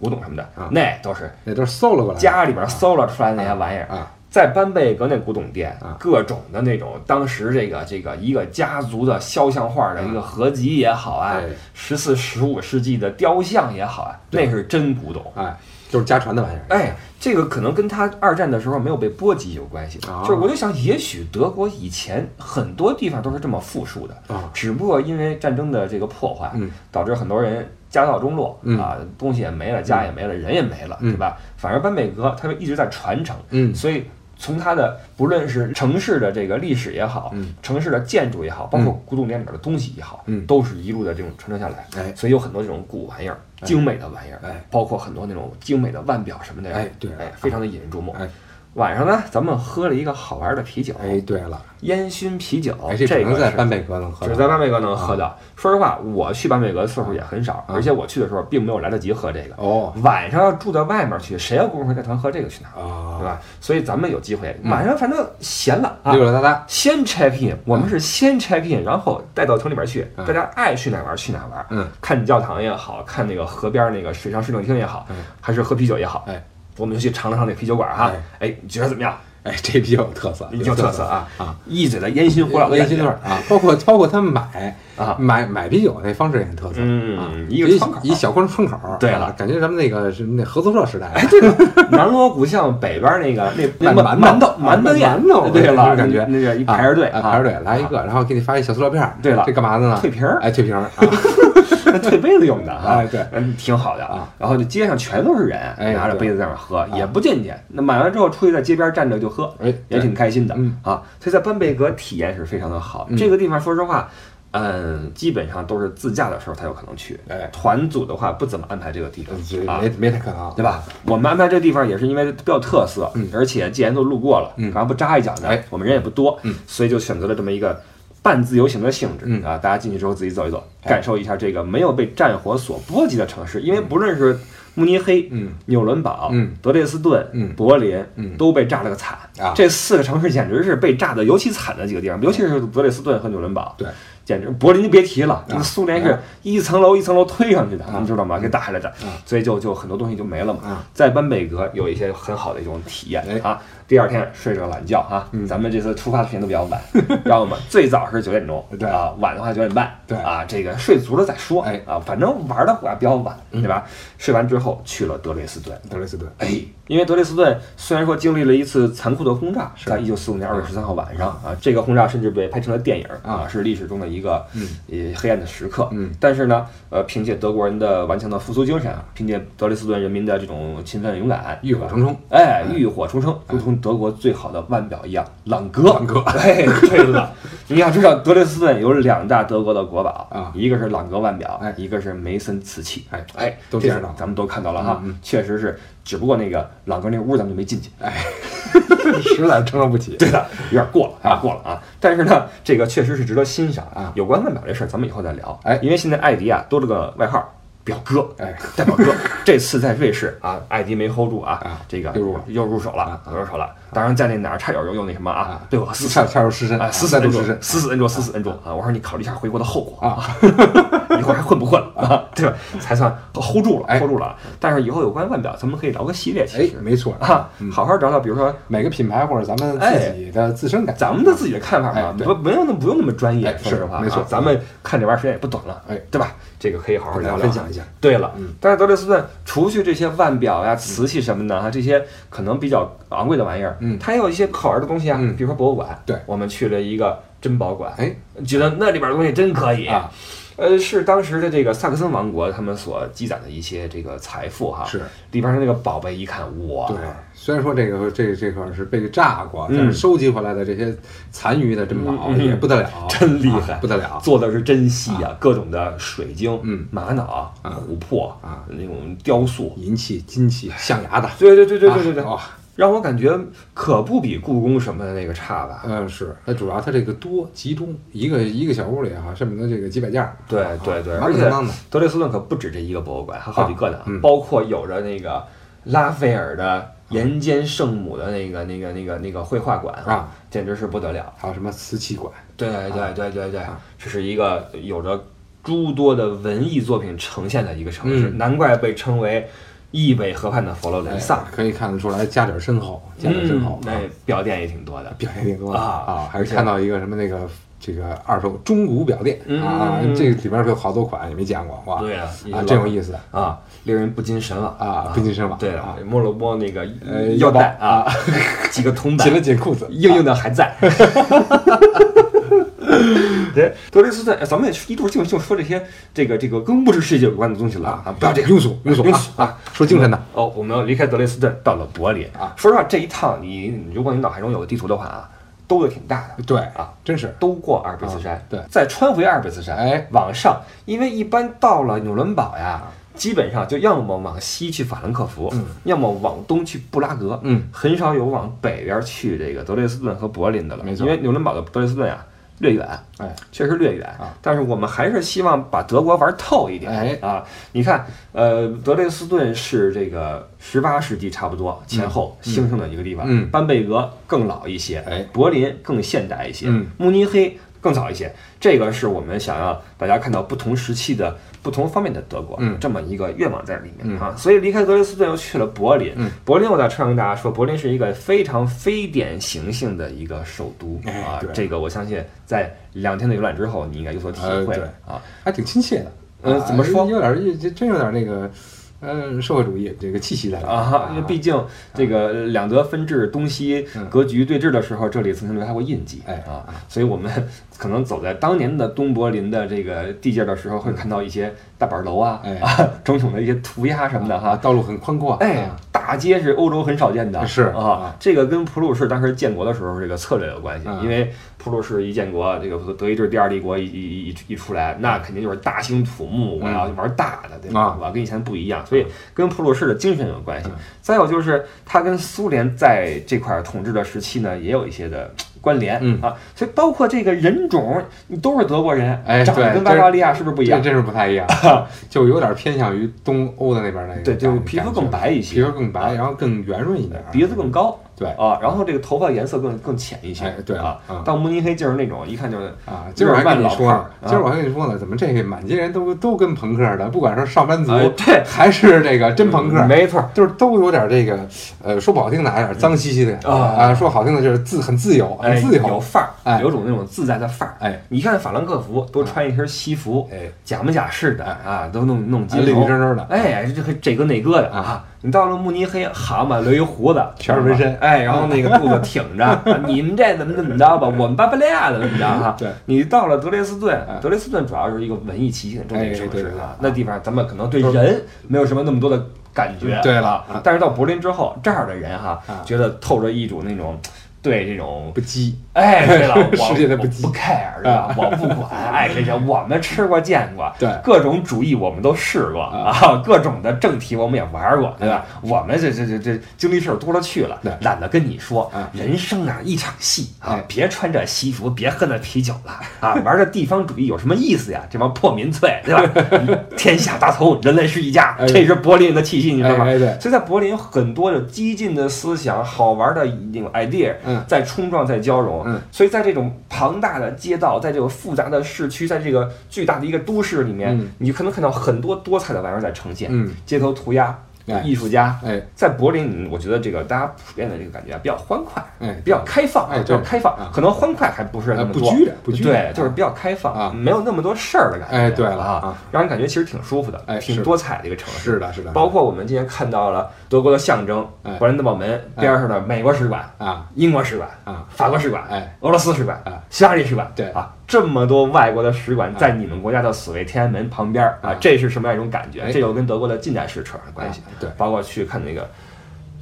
Speaker 1: 古董什么的
Speaker 2: 啊，
Speaker 1: 那都是
Speaker 2: 那都是搜了过来的，
Speaker 1: 家里边搜了出来那些玩意儿。
Speaker 2: 啊，
Speaker 1: 在班贝格那古董店
Speaker 2: 啊，
Speaker 1: 各种的那种当时这个这个一个家族的肖像画的一个合集也好啊
Speaker 2: 对，
Speaker 1: 十四、十五世纪的雕像也好啊，那是真古董。
Speaker 2: 哎，就是家传的玩意儿，
Speaker 1: 哎，这个可能跟他二战的时候没有被波及有关系。
Speaker 2: 啊
Speaker 1: 就是我就想，也许德国以前很多地方都是这么富庶的，
Speaker 2: 啊，
Speaker 1: 只不过因为战争的这个破坏，
Speaker 2: 嗯
Speaker 1: 导致很多人家道中落、
Speaker 2: 嗯
Speaker 1: 啊，东西也没了，家也没了，人也没了，
Speaker 2: 嗯
Speaker 1: 对吧？反而班贝格他就一直在传承，
Speaker 2: 嗯
Speaker 1: 所以从他的不论是城市的这个历史也好，
Speaker 2: 嗯
Speaker 1: 城市的建筑也好，包括古董店里边的东西也好，
Speaker 2: 嗯
Speaker 1: 都是一路的这种传承下来。
Speaker 2: 哎
Speaker 1: 所以有很多这种古玩意儿、精美的玩意儿，
Speaker 2: 哎
Speaker 1: 包括很多那种精美的腕表什么的，
Speaker 2: 哎对
Speaker 1: 哎，非常的引人注目。
Speaker 2: 哎
Speaker 1: 晚上呢，咱们喝了一个好玩的啤酒，
Speaker 2: 哎，对了，
Speaker 1: 烟熏啤酒，
Speaker 2: 哎，
Speaker 1: 这
Speaker 2: 只能
Speaker 1: 个
Speaker 2: 在
Speaker 1: 是
Speaker 2: 班贝格能啊喝
Speaker 1: 只
Speaker 2: 到，
Speaker 1: 是在班贝格能喝到。说实话，我去班贝格的次数也很
Speaker 2: 啊
Speaker 1: 少，而且我去的时候并没有来得及喝这个。
Speaker 2: 哦
Speaker 1: 晚上要住到外面去，谁有功夫在团喝这个去哪儿？对
Speaker 2: 啊，嗯
Speaker 1: 吧？所以咱们有机会，晚上反正闲了啊
Speaker 2: 溜，溜达达，
Speaker 1: 先 check in，我们是先 check in，然后带到城里边去，
Speaker 2: 嗯
Speaker 1: 大家爱去哪玩去哪玩，
Speaker 2: 嗯，
Speaker 1: 看教堂也好看那个河边那个水上市政厅也好
Speaker 2: 嗯，
Speaker 1: 还是喝啤酒也好，
Speaker 2: 哎
Speaker 1: 我们就去尝了尝那啤酒馆哈，哎，你觉得怎么样？
Speaker 2: 哎，这比较有特色，
Speaker 1: 有特色啊
Speaker 2: 啊，
Speaker 1: 一嘴的烟熏火燎的
Speaker 2: 烟
Speaker 1: 感
Speaker 2: 熏
Speaker 1: 觉
Speaker 2: 味儿啊，包括包括他们买
Speaker 1: 啊
Speaker 2: 买买啤酒那方式也很特色，
Speaker 1: 嗯
Speaker 2: 啊
Speaker 1: 一个窗口
Speaker 2: 一小关窗口，
Speaker 1: 对了
Speaker 2: 啊感觉咱们那个是那合作社时代，
Speaker 1: 哎，对了， 南锣鼓巷北边那个那
Speaker 2: 那
Speaker 1: 馒
Speaker 2: 馒头
Speaker 1: 头馒头
Speaker 2: 馒
Speaker 1: 宴
Speaker 2: 馒头
Speaker 1: 对
Speaker 2: 那
Speaker 1: 了，
Speaker 2: 种感觉
Speaker 1: 那个一
Speaker 2: 啊
Speaker 1: 排着队
Speaker 2: 啊排着队来一个，然后给你发一小塑料片儿，
Speaker 1: 对了
Speaker 2: 这干嘛的呢？
Speaker 1: 退瓶儿
Speaker 2: 哎，退瓶儿啊，
Speaker 1: 退杯子用的啊，
Speaker 2: 哎对
Speaker 1: 嗯，挺好的
Speaker 2: 啊。
Speaker 1: 然后这街上全都是人，
Speaker 2: 哎
Speaker 1: 拿着
Speaker 2: 对
Speaker 1: 杯子在那儿喝，也不进去。那买完之后出去在街边站着就喝，
Speaker 2: 哎，
Speaker 1: 也挺开心的
Speaker 2: 嗯
Speaker 1: 啊。所以在班贝格体验是非常的好。
Speaker 2: 嗯
Speaker 1: 这个地方说实话，嗯，基本上都是自驾的时候才有可能去，
Speaker 2: 哎，
Speaker 1: 团组的话不怎么安排这个地方
Speaker 2: 这
Speaker 1: 啊
Speaker 2: 没。没太可能，
Speaker 1: 对吧？我们安排这地方也是因为比较有特色，
Speaker 2: 嗯
Speaker 1: 而且既然都路过了，
Speaker 2: 嗯
Speaker 1: 干嘛不扎一脚呢？
Speaker 2: 哎
Speaker 1: 我们人也不多，
Speaker 2: 嗯
Speaker 1: 所以就选择了这么一个半自由行的性质、
Speaker 2: 嗯
Speaker 1: 啊，大家进去之后自己走一走，
Speaker 2: 哎
Speaker 1: 感受一下这个没有被战火所波及的城市，因为不论是慕尼黑、
Speaker 2: 嗯
Speaker 1: 纽伦堡、
Speaker 2: 嗯
Speaker 1: 德累斯顿、
Speaker 2: 嗯
Speaker 1: 柏林，
Speaker 2: 嗯
Speaker 1: 都被炸了个惨
Speaker 2: 啊哎
Speaker 1: 这四个城市简直是被炸的尤其惨的几个地方，尤其是德累斯顿和纽伦堡，
Speaker 2: 对，
Speaker 1: 简直柏林就别提了，那苏联是
Speaker 2: 啊
Speaker 1: 一层楼一层楼推上去的，你知道吗？给打下来的，所以就就很多东西就没了嘛
Speaker 2: 啊。
Speaker 1: 在班贝格有一些很好的一种体验
Speaker 2: 哎嗯
Speaker 1: 啊。第二天睡个懒觉啊，咱们这次出发的时间都比较晚， 然后我们最早是九点钟，
Speaker 2: 对
Speaker 1: 啊，晚的话九点半，
Speaker 2: 对
Speaker 1: 啊，这个睡足了再说，
Speaker 2: 哎嗯
Speaker 1: 啊，反正玩的话比较晚，对吧？睡完之后去了德累斯顿，
Speaker 2: 德累斯顿，
Speaker 1: 哎，因为德累斯顿虽然说经历了一次残酷的轰炸，在一九四五年二月十三号晚上啊，这个轰炸甚至被拍成了电影
Speaker 2: 啊
Speaker 1: 啊，是历史中的一个呃黑暗的时刻。
Speaker 2: 嗯，
Speaker 1: 但是呢，呃，凭借德国人的顽强的复苏精神，啊凭借德累斯顿人民的这种勤奋勇敢，
Speaker 2: 浴火重生，
Speaker 1: 哎，浴火重生，如同德国最好的腕表一样，朗格。
Speaker 2: 朗格
Speaker 1: 哎，对了，你要知道，德累斯顿有两大德国的国宝
Speaker 2: 啊
Speaker 1: 一个是朗格腕表
Speaker 2: 哎，
Speaker 1: 一个是梅森瓷器。
Speaker 2: 哎
Speaker 1: 哎，
Speaker 2: 都
Speaker 1: 这
Speaker 2: 见
Speaker 1: 次
Speaker 2: 着了
Speaker 1: 咱们都看到了哈，
Speaker 2: 嗯
Speaker 1: 确实是，只不过那个朗格那屋咱们就没进去，
Speaker 2: 实在是承受不起，
Speaker 1: 对的，有点过了啊，过了啊。但是呢，这个确实是值得欣赏
Speaker 2: 啊
Speaker 1: 有关腕表这事儿，咱们以后再聊。
Speaker 2: 哎
Speaker 1: 因为现在艾迪啊多了个外号。表哥，
Speaker 2: 哎，
Speaker 1: 代表哥， 这次在瑞士啊，艾迪没 hold 住啊，
Speaker 2: 啊
Speaker 1: 这个
Speaker 2: 又入了
Speaker 1: 又入手了，又入手了。当然在那哪儿差点又又那什么啊
Speaker 2: 啊，
Speaker 1: 对我死
Speaker 2: 差差入失身
Speaker 1: 啊，死死
Speaker 2: 再
Speaker 1: 摁
Speaker 2: 入
Speaker 1: 住
Speaker 2: 失，身，
Speaker 1: 死死摁住，死死摁住啊！我说你考虑一下回国的后果
Speaker 2: 啊，
Speaker 1: 以后还混不混了 啊？对吧？才算 hold 住了
Speaker 2: 哎
Speaker 1: ，hold 住了。但是以后有关腕表，咱们可以聊个系列，其
Speaker 2: 哎，
Speaker 1: 实
Speaker 2: 没错，
Speaker 1: 啊，好好聊聊，比如说
Speaker 2: 每个品牌或者咱们自己的自身感，
Speaker 1: 咱们的自己的看法嘛，
Speaker 2: 哎对
Speaker 1: 不没有那么不用那么专业，
Speaker 2: 哎
Speaker 1: 说实话啊，
Speaker 2: 是没错
Speaker 1: 咱们看这玩意儿时间也不短了，
Speaker 2: 哎
Speaker 1: 对吧？这个可以好好
Speaker 2: 跟大
Speaker 1: 聊聊，
Speaker 2: 家分享一下。嗯
Speaker 1: 对了，但是德累斯顿除去这些腕表呀、瓷器什么的哈，啊这些可能比较昂贵的玩意儿，
Speaker 2: 嗯
Speaker 1: 它也有一些好玩的东西啊，
Speaker 2: 嗯
Speaker 1: 比如说博物馆，
Speaker 2: 对
Speaker 1: 我们去了一个珍宝馆，
Speaker 2: 哎，
Speaker 1: 觉得那里边的东西真可以
Speaker 2: 啊，
Speaker 1: 呃，是当时的这个萨克森王国他们所积攒的一些这个财富哈，
Speaker 2: 是
Speaker 1: 里边的那个宝贝一看，哇，
Speaker 2: 对，虽然说这个这这块儿是被炸过，但是
Speaker 1: 嗯
Speaker 2: 收集回来的这些残余的珍宝
Speaker 1: 嗯嗯嗯
Speaker 2: 也不得了，
Speaker 1: 真厉害
Speaker 2: 啊不得了。
Speaker 1: 做的是真细啊，各种的水晶、
Speaker 2: 嗯
Speaker 1: 玛瑙、琥珀
Speaker 2: 啊
Speaker 1: 那种雕塑，
Speaker 2: 银器、金器、象牙的，
Speaker 1: 对对对对对对对
Speaker 2: 啊，哦
Speaker 1: 让我感觉可不比故宫什么的那个差吧？
Speaker 2: 嗯，是，它主要它这个多集中，一个一个小屋里啊哈，恨不得这个几百件儿，
Speaker 1: 对对对，
Speaker 2: 满
Speaker 1: 而
Speaker 2: 不
Speaker 1: 且
Speaker 2: 当当的
Speaker 1: 德累斯顿可不止这一个博物馆，还好几个呢，
Speaker 2: 啊嗯啊
Speaker 1: 包括有着那个拉斐尔的岩间圣母的那个、那个、那个、那个绘画馆
Speaker 2: 啊，
Speaker 1: 简直是不得了。
Speaker 2: 还有什么瓷器馆，
Speaker 1: 对对对对对
Speaker 2: 啊，
Speaker 1: 这是一个有着诸多的文艺作品呈现的一个城市，
Speaker 2: 嗯
Speaker 1: 难怪被称为意味河畔的佛罗
Speaker 2: 哎
Speaker 1: 伦萨，
Speaker 2: 可以看得出来家底儿深厚，家底儿深厚
Speaker 1: 嗯，那
Speaker 2: 啊
Speaker 1: 表店也挺多的。
Speaker 2: 表现挺多的
Speaker 1: 啊
Speaker 2: 啊，还是看到一个什么那个这个二手中古表店啊
Speaker 1: 嗯嗯嗯，
Speaker 2: 这里边儿有好多款，你没见过哇？
Speaker 1: 对啊，
Speaker 2: 啊，真有意思
Speaker 1: 啊，令人不禁神往
Speaker 2: 啊，不禁身亡。
Speaker 1: 对
Speaker 2: 啊
Speaker 1: 了，，摸了摸那个
Speaker 2: 呃
Speaker 1: 腰
Speaker 2: 腰包
Speaker 1: 带啊， 几个铜板
Speaker 2: 紧，了啊紧裤子，
Speaker 1: 硬硬的还在。 对，德雷斯哎坦，咱们也是一度就就说这些这个这个跟物质世界有关的东西了
Speaker 2: 啊
Speaker 1: 啊，，
Speaker 2: 不要这样庸俗庸俗
Speaker 1: 庸
Speaker 2: 啊
Speaker 1: 俗
Speaker 2: 啊，说精神的。
Speaker 1: 哦，我们要离开德累斯顿，到了柏林
Speaker 2: 啊。
Speaker 1: 说实话，这一趟你你如果你脑海中有个地图的话啊，兜的挺大的，
Speaker 2: 对
Speaker 1: 啊，
Speaker 2: 真是
Speaker 1: 都过阿尔卑斯山，
Speaker 2: 对
Speaker 1: 再穿回阿尔卑斯山，
Speaker 2: 哎，
Speaker 1: 往上，因为一般到了纽伦堡呀，基本上就要么往西去法兰克福，
Speaker 2: 嗯
Speaker 1: 要么往东去布拉格，
Speaker 2: 嗯，
Speaker 1: 很少有往北边去这个德累斯顿和柏林的了，
Speaker 2: 没错
Speaker 1: 因为纽伦堡的德累斯顿呀略远，
Speaker 2: 哎，
Speaker 1: 确实略远
Speaker 2: 啊，
Speaker 1: 但是我们还是希望把德国玩透一点。
Speaker 2: 哎
Speaker 1: 啊，你看，呃，德累斯顿是这个十八世纪差不多前后兴盛的一个地方，
Speaker 2: 嗯
Speaker 1: 班贝格更老一些，
Speaker 2: 哎
Speaker 1: 柏林更现代一些，
Speaker 2: 嗯
Speaker 1: 慕尼黑更早一些。这个是我们想要大家看到不同时期的不同方面的德国，
Speaker 2: 嗯
Speaker 1: 这么一个愿望在里面、
Speaker 2: 嗯
Speaker 1: 啊。所以离开德累斯顿又去了柏林，
Speaker 2: 嗯
Speaker 1: 柏林我在车上跟大家说，柏林是一个非常非典型性的一个首都、
Speaker 2: 哎
Speaker 1: 啊
Speaker 2: 对，
Speaker 1: 这个我相信在两天的游览之后，你应该有所体会、
Speaker 2: 呃对
Speaker 1: 啊。
Speaker 2: 还挺亲切的。
Speaker 1: 嗯
Speaker 2: 啊
Speaker 1: 怎么说
Speaker 2: 有点儿有真有点儿那个，嗯，社会主义这个气息在里面
Speaker 1: 啊，因为毕竟这个两德分治、东西
Speaker 2: 嗯
Speaker 1: 格局对峙的时候，这里曾经留下过印记。
Speaker 2: 哎
Speaker 1: 啊，所以我们可能走在当年的东柏林的这个地界的时候，会看到一些大板楼啊
Speaker 2: 哎，
Speaker 1: 啊，种种的一些涂鸦什么的
Speaker 2: 啊，
Speaker 1: 哈。
Speaker 2: 道路很宽阔。
Speaker 1: 哎
Speaker 2: 啊，
Speaker 1: 大街是欧洲很少见的，
Speaker 2: 是
Speaker 1: 啊
Speaker 2: 啊，
Speaker 1: 这个跟普鲁士当时建国的时候这个策略有关系，
Speaker 2: 嗯
Speaker 1: 因为普鲁士一建国，这个德意志第二帝国一一一一出来，那肯定就是大兴土木，我要玩大的，对吧
Speaker 2: 啊？嗯
Speaker 1: 我跟以前不一样，所以跟普鲁士的精神有关系。再有就是它跟苏联在这块儿统治的时期呢，也有一些的关联
Speaker 2: 嗯
Speaker 1: 啊，所以包括这个人种，你都是德国人，
Speaker 2: 哎
Speaker 1: 长得
Speaker 2: 对
Speaker 1: 跟
Speaker 2: 这
Speaker 1: 巴伐利亚是不是不一样
Speaker 2: 这？真是不太 一样，就有点儿偏向于东欧的那边儿那个感觉。
Speaker 1: 对，就是皮肤更白一些，
Speaker 2: 皮肤更白，然后更圆润一点儿，
Speaker 1: 鼻子更高，
Speaker 2: 啊嗯对
Speaker 1: 啊，然后这个头发颜色更更浅一些，
Speaker 2: 哎对
Speaker 1: 啊
Speaker 2: 嗯，
Speaker 1: 到慕尼黑就是那种一看就是
Speaker 2: 啊。今儿我还跟你
Speaker 1: 有点慢老范
Speaker 2: 说呢，
Speaker 1: 儿啊
Speaker 2: 今儿我还跟你说呢，怎么这个满街人都都跟朋克似的，不管是上班族
Speaker 1: 哎对 嗯
Speaker 2: 还是这个真朋克，
Speaker 1: 没错儿，
Speaker 2: 就是都有点这个，呃，说不好听的还有点脏兮兮的感觉
Speaker 1: 啊
Speaker 2: 啊，说好听的就是自很自由，
Speaker 1: 哎，
Speaker 2: 很自
Speaker 1: 有
Speaker 2: 由，
Speaker 1: 范儿，
Speaker 2: 哎
Speaker 1: 有种那种自在的范儿。
Speaker 2: 哎
Speaker 1: 你看法兰克福都穿一身西服，
Speaker 2: 哎，
Speaker 1: 假模假式的啊，都弄弄金
Speaker 2: 啊绿
Speaker 1: 头
Speaker 2: 绿真真的
Speaker 1: 哎，这个这个那个的啊。你到了慕尼黑，蛤蟆留一胡子，
Speaker 2: 全是纹身
Speaker 1: 哎，然后那个肚子挺 着，啊你们这怎么怎么着吧，我们巴伐利亚怎么怎么着哈。
Speaker 2: 对，
Speaker 1: 你到了德累斯顿
Speaker 2: 哎，
Speaker 1: 德累斯顿主要是一个文艺气息很重的一个
Speaker 2: 哎
Speaker 1: 城
Speaker 2: 对
Speaker 1: 市
Speaker 2: 对
Speaker 1: 啊，那地方咱们可能对人没有什么那么多的感觉，
Speaker 2: 对了
Speaker 1: 啊
Speaker 2: 啊
Speaker 1: 但是到柏林之后，这儿的人哈
Speaker 2: 啊，
Speaker 1: 觉得透着一种那种对这种
Speaker 2: 不羁，
Speaker 1: 哎，对了，我
Speaker 2: 世界的
Speaker 1: 我
Speaker 2: 不啊羁
Speaker 1: 不 care 对吧？我不管，爱谁谁，我们吃过见过，
Speaker 2: 对
Speaker 1: 各种主义我们都试过啊，各种的政体我们也玩过，对吧？我们这这这这经历事儿多了去了
Speaker 2: 啊对，
Speaker 1: 懒得跟你说
Speaker 2: 嗯。
Speaker 1: 人生啊，一场戏啊
Speaker 2: 哎，
Speaker 1: 别穿着西服，别喝那啤酒了啊，玩这地方主义有什么意思呀？这帮破民粹，对吧？ 天下大同，人类是一家，
Speaker 2: 哎
Speaker 1: 这是柏林人的气息，你知道吗？
Speaker 2: 哎哎对
Speaker 1: 所以在柏林有很多的激进的思想、好玩的那种 idea，
Speaker 2: 嗯
Speaker 1: 在冲撞、在交融，
Speaker 2: 嗯
Speaker 1: 所以在这种庞大的街道，在这个复杂的市区，在这个巨大的一个都市里面，
Speaker 2: 嗯
Speaker 1: 你就可能看到很多多彩的玩意儿在呈现，
Speaker 2: 嗯
Speaker 1: 街头涂鸦、
Speaker 2: 哎
Speaker 1: 艺术家。
Speaker 2: 哎
Speaker 1: 在柏林，我觉得这个大家普遍的这个感觉啊比较欢快，
Speaker 2: 哎，
Speaker 1: 比较开放，
Speaker 2: 哎
Speaker 1: 比较
Speaker 2: 对
Speaker 1: 开放
Speaker 2: 啊，
Speaker 1: 可能欢快还不是那
Speaker 2: 呃
Speaker 1: 么
Speaker 2: 不
Speaker 1: 多，
Speaker 2: 拘着，不拘着，
Speaker 1: 对，就是比较开放，
Speaker 2: 啊
Speaker 1: 没有那么多事儿的感觉。
Speaker 2: 哎对了
Speaker 1: 啊
Speaker 2: 啊，
Speaker 1: 让人感觉其实挺舒服的，
Speaker 2: 哎
Speaker 1: 挺
Speaker 2: 是
Speaker 1: 多彩的一个城市。
Speaker 2: 是的，是的，
Speaker 1: 包括我们今天看到了德国的象征
Speaker 2: 哎
Speaker 1: ——勃兰登堡门边上的美国使馆、
Speaker 2: 啊
Speaker 1: 英国使馆、
Speaker 2: 啊，
Speaker 1: 法国使馆、
Speaker 2: 哎
Speaker 1: 俄罗斯使馆
Speaker 2: 哎、
Speaker 1: 匈牙利使馆，
Speaker 2: 对哎
Speaker 1: 啊，这么多外国的使馆在你们国家的所谓天安门旁边啊
Speaker 2: 啊，
Speaker 1: 这是什么样一种感觉？
Speaker 2: 哎
Speaker 1: 这有跟德国的近代史扯上关系
Speaker 2: 啊。对
Speaker 1: 包括去看那个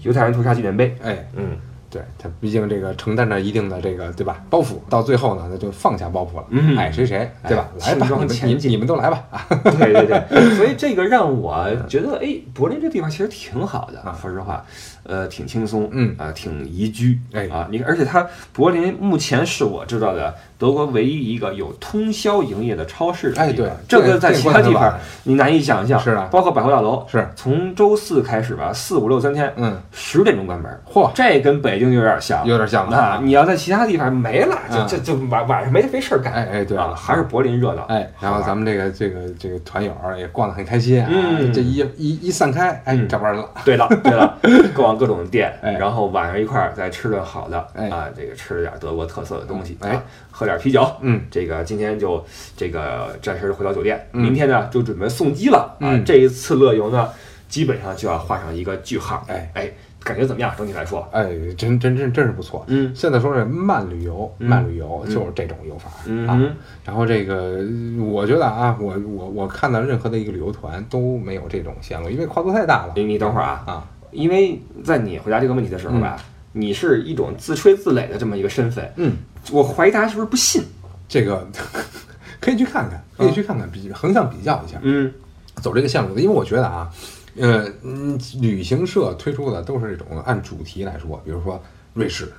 Speaker 1: 犹太人屠杀纪念碑，
Speaker 2: 哎，
Speaker 1: 嗯
Speaker 2: 对他毕竟这个承担着一定的这个对吧包袱，到最后呢，他就放下包袱了，
Speaker 1: 嗯
Speaker 2: 爱谁谁，对吧？
Speaker 1: 哎
Speaker 2: 来吧，
Speaker 1: 轻装
Speaker 2: 你们
Speaker 1: 前
Speaker 2: 你
Speaker 1: 进
Speaker 2: 你们都来吧啊，
Speaker 1: 对对 对，所以这个让我觉得，哎，柏林这地方其实挺好的，
Speaker 2: 啊
Speaker 1: 说实话，呃，挺轻松，
Speaker 2: 嗯
Speaker 1: 啊、挺宜居，
Speaker 2: 哎
Speaker 1: 啊，你而且它柏林目前是我知道的德国唯一一个有通宵营业的超市的
Speaker 2: 哎，
Speaker 1: 地方。
Speaker 2: 对，
Speaker 1: 这个在
Speaker 2: 这
Speaker 1: 其他地
Speaker 2: 关
Speaker 1: 方你难以想象。
Speaker 2: 是啊
Speaker 1: 包括百货大楼，
Speaker 2: 是，
Speaker 1: 从周四开始吧，四五六三天，
Speaker 2: 嗯，
Speaker 1: 十点钟关门。
Speaker 2: 嚯，
Speaker 1: 这跟北京就有点像。
Speaker 2: 有点像了
Speaker 1: 那
Speaker 2: 啊。
Speaker 1: 你要在其他地方没了，
Speaker 2: 嗯
Speaker 1: 就就就晚晚上没没事儿干。
Speaker 2: 哎哎，对
Speaker 1: 啊，
Speaker 2: 了，
Speaker 1: 还是柏林热闹。
Speaker 2: 哎，然后咱们这个这个这个团友儿也逛得很开心啊，
Speaker 1: 嗯
Speaker 2: 这一一一散开，哎，
Speaker 1: 嗯
Speaker 2: 找不着人了，
Speaker 1: 对了对 了，逛各种店，
Speaker 2: 哎
Speaker 1: 然后晚上一块儿再吃顿好的
Speaker 2: 哎
Speaker 1: 啊，这个吃点德国特色的东西，
Speaker 2: 哎
Speaker 1: 啊，喝点啤酒。
Speaker 2: 嗯，
Speaker 1: 这个今天就这个暂时回到酒店，
Speaker 2: 嗯
Speaker 1: 明天呢就准备送机了啊
Speaker 2: 嗯。
Speaker 1: 这一次乐游呢，基本上就要画上一个句号。
Speaker 2: 哎
Speaker 1: 哎，感觉怎么样？整体来说，
Speaker 2: 哎，真真真真是不错。
Speaker 1: 嗯
Speaker 2: 现在说是慢旅游，
Speaker 1: 嗯
Speaker 2: 慢旅游就是这种游法
Speaker 1: 嗯
Speaker 2: 啊。
Speaker 1: 哼
Speaker 2: 然后这个，我觉得啊，我我我看到任何的一个旅游团都没有这种线路，因为跨度太大了
Speaker 1: 你你等会儿啊，
Speaker 2: 啊。
Speaker 1: 因为在你回答这个问题的时候吧，你是一种自吹自擂的这么一个身份，
Speaker 2: 嗯，
Speaker 1: 我怀疑大家是不是不信？
Speaker 2: 这个可以去看看，可以去看看，比横向比较一下，
Speaker 1: 嗯
Speaker 2: 走这个线路的，因为我觉得啊，呃，嗯，旅行社推出的都是这种按主题来说，比如说瑞士，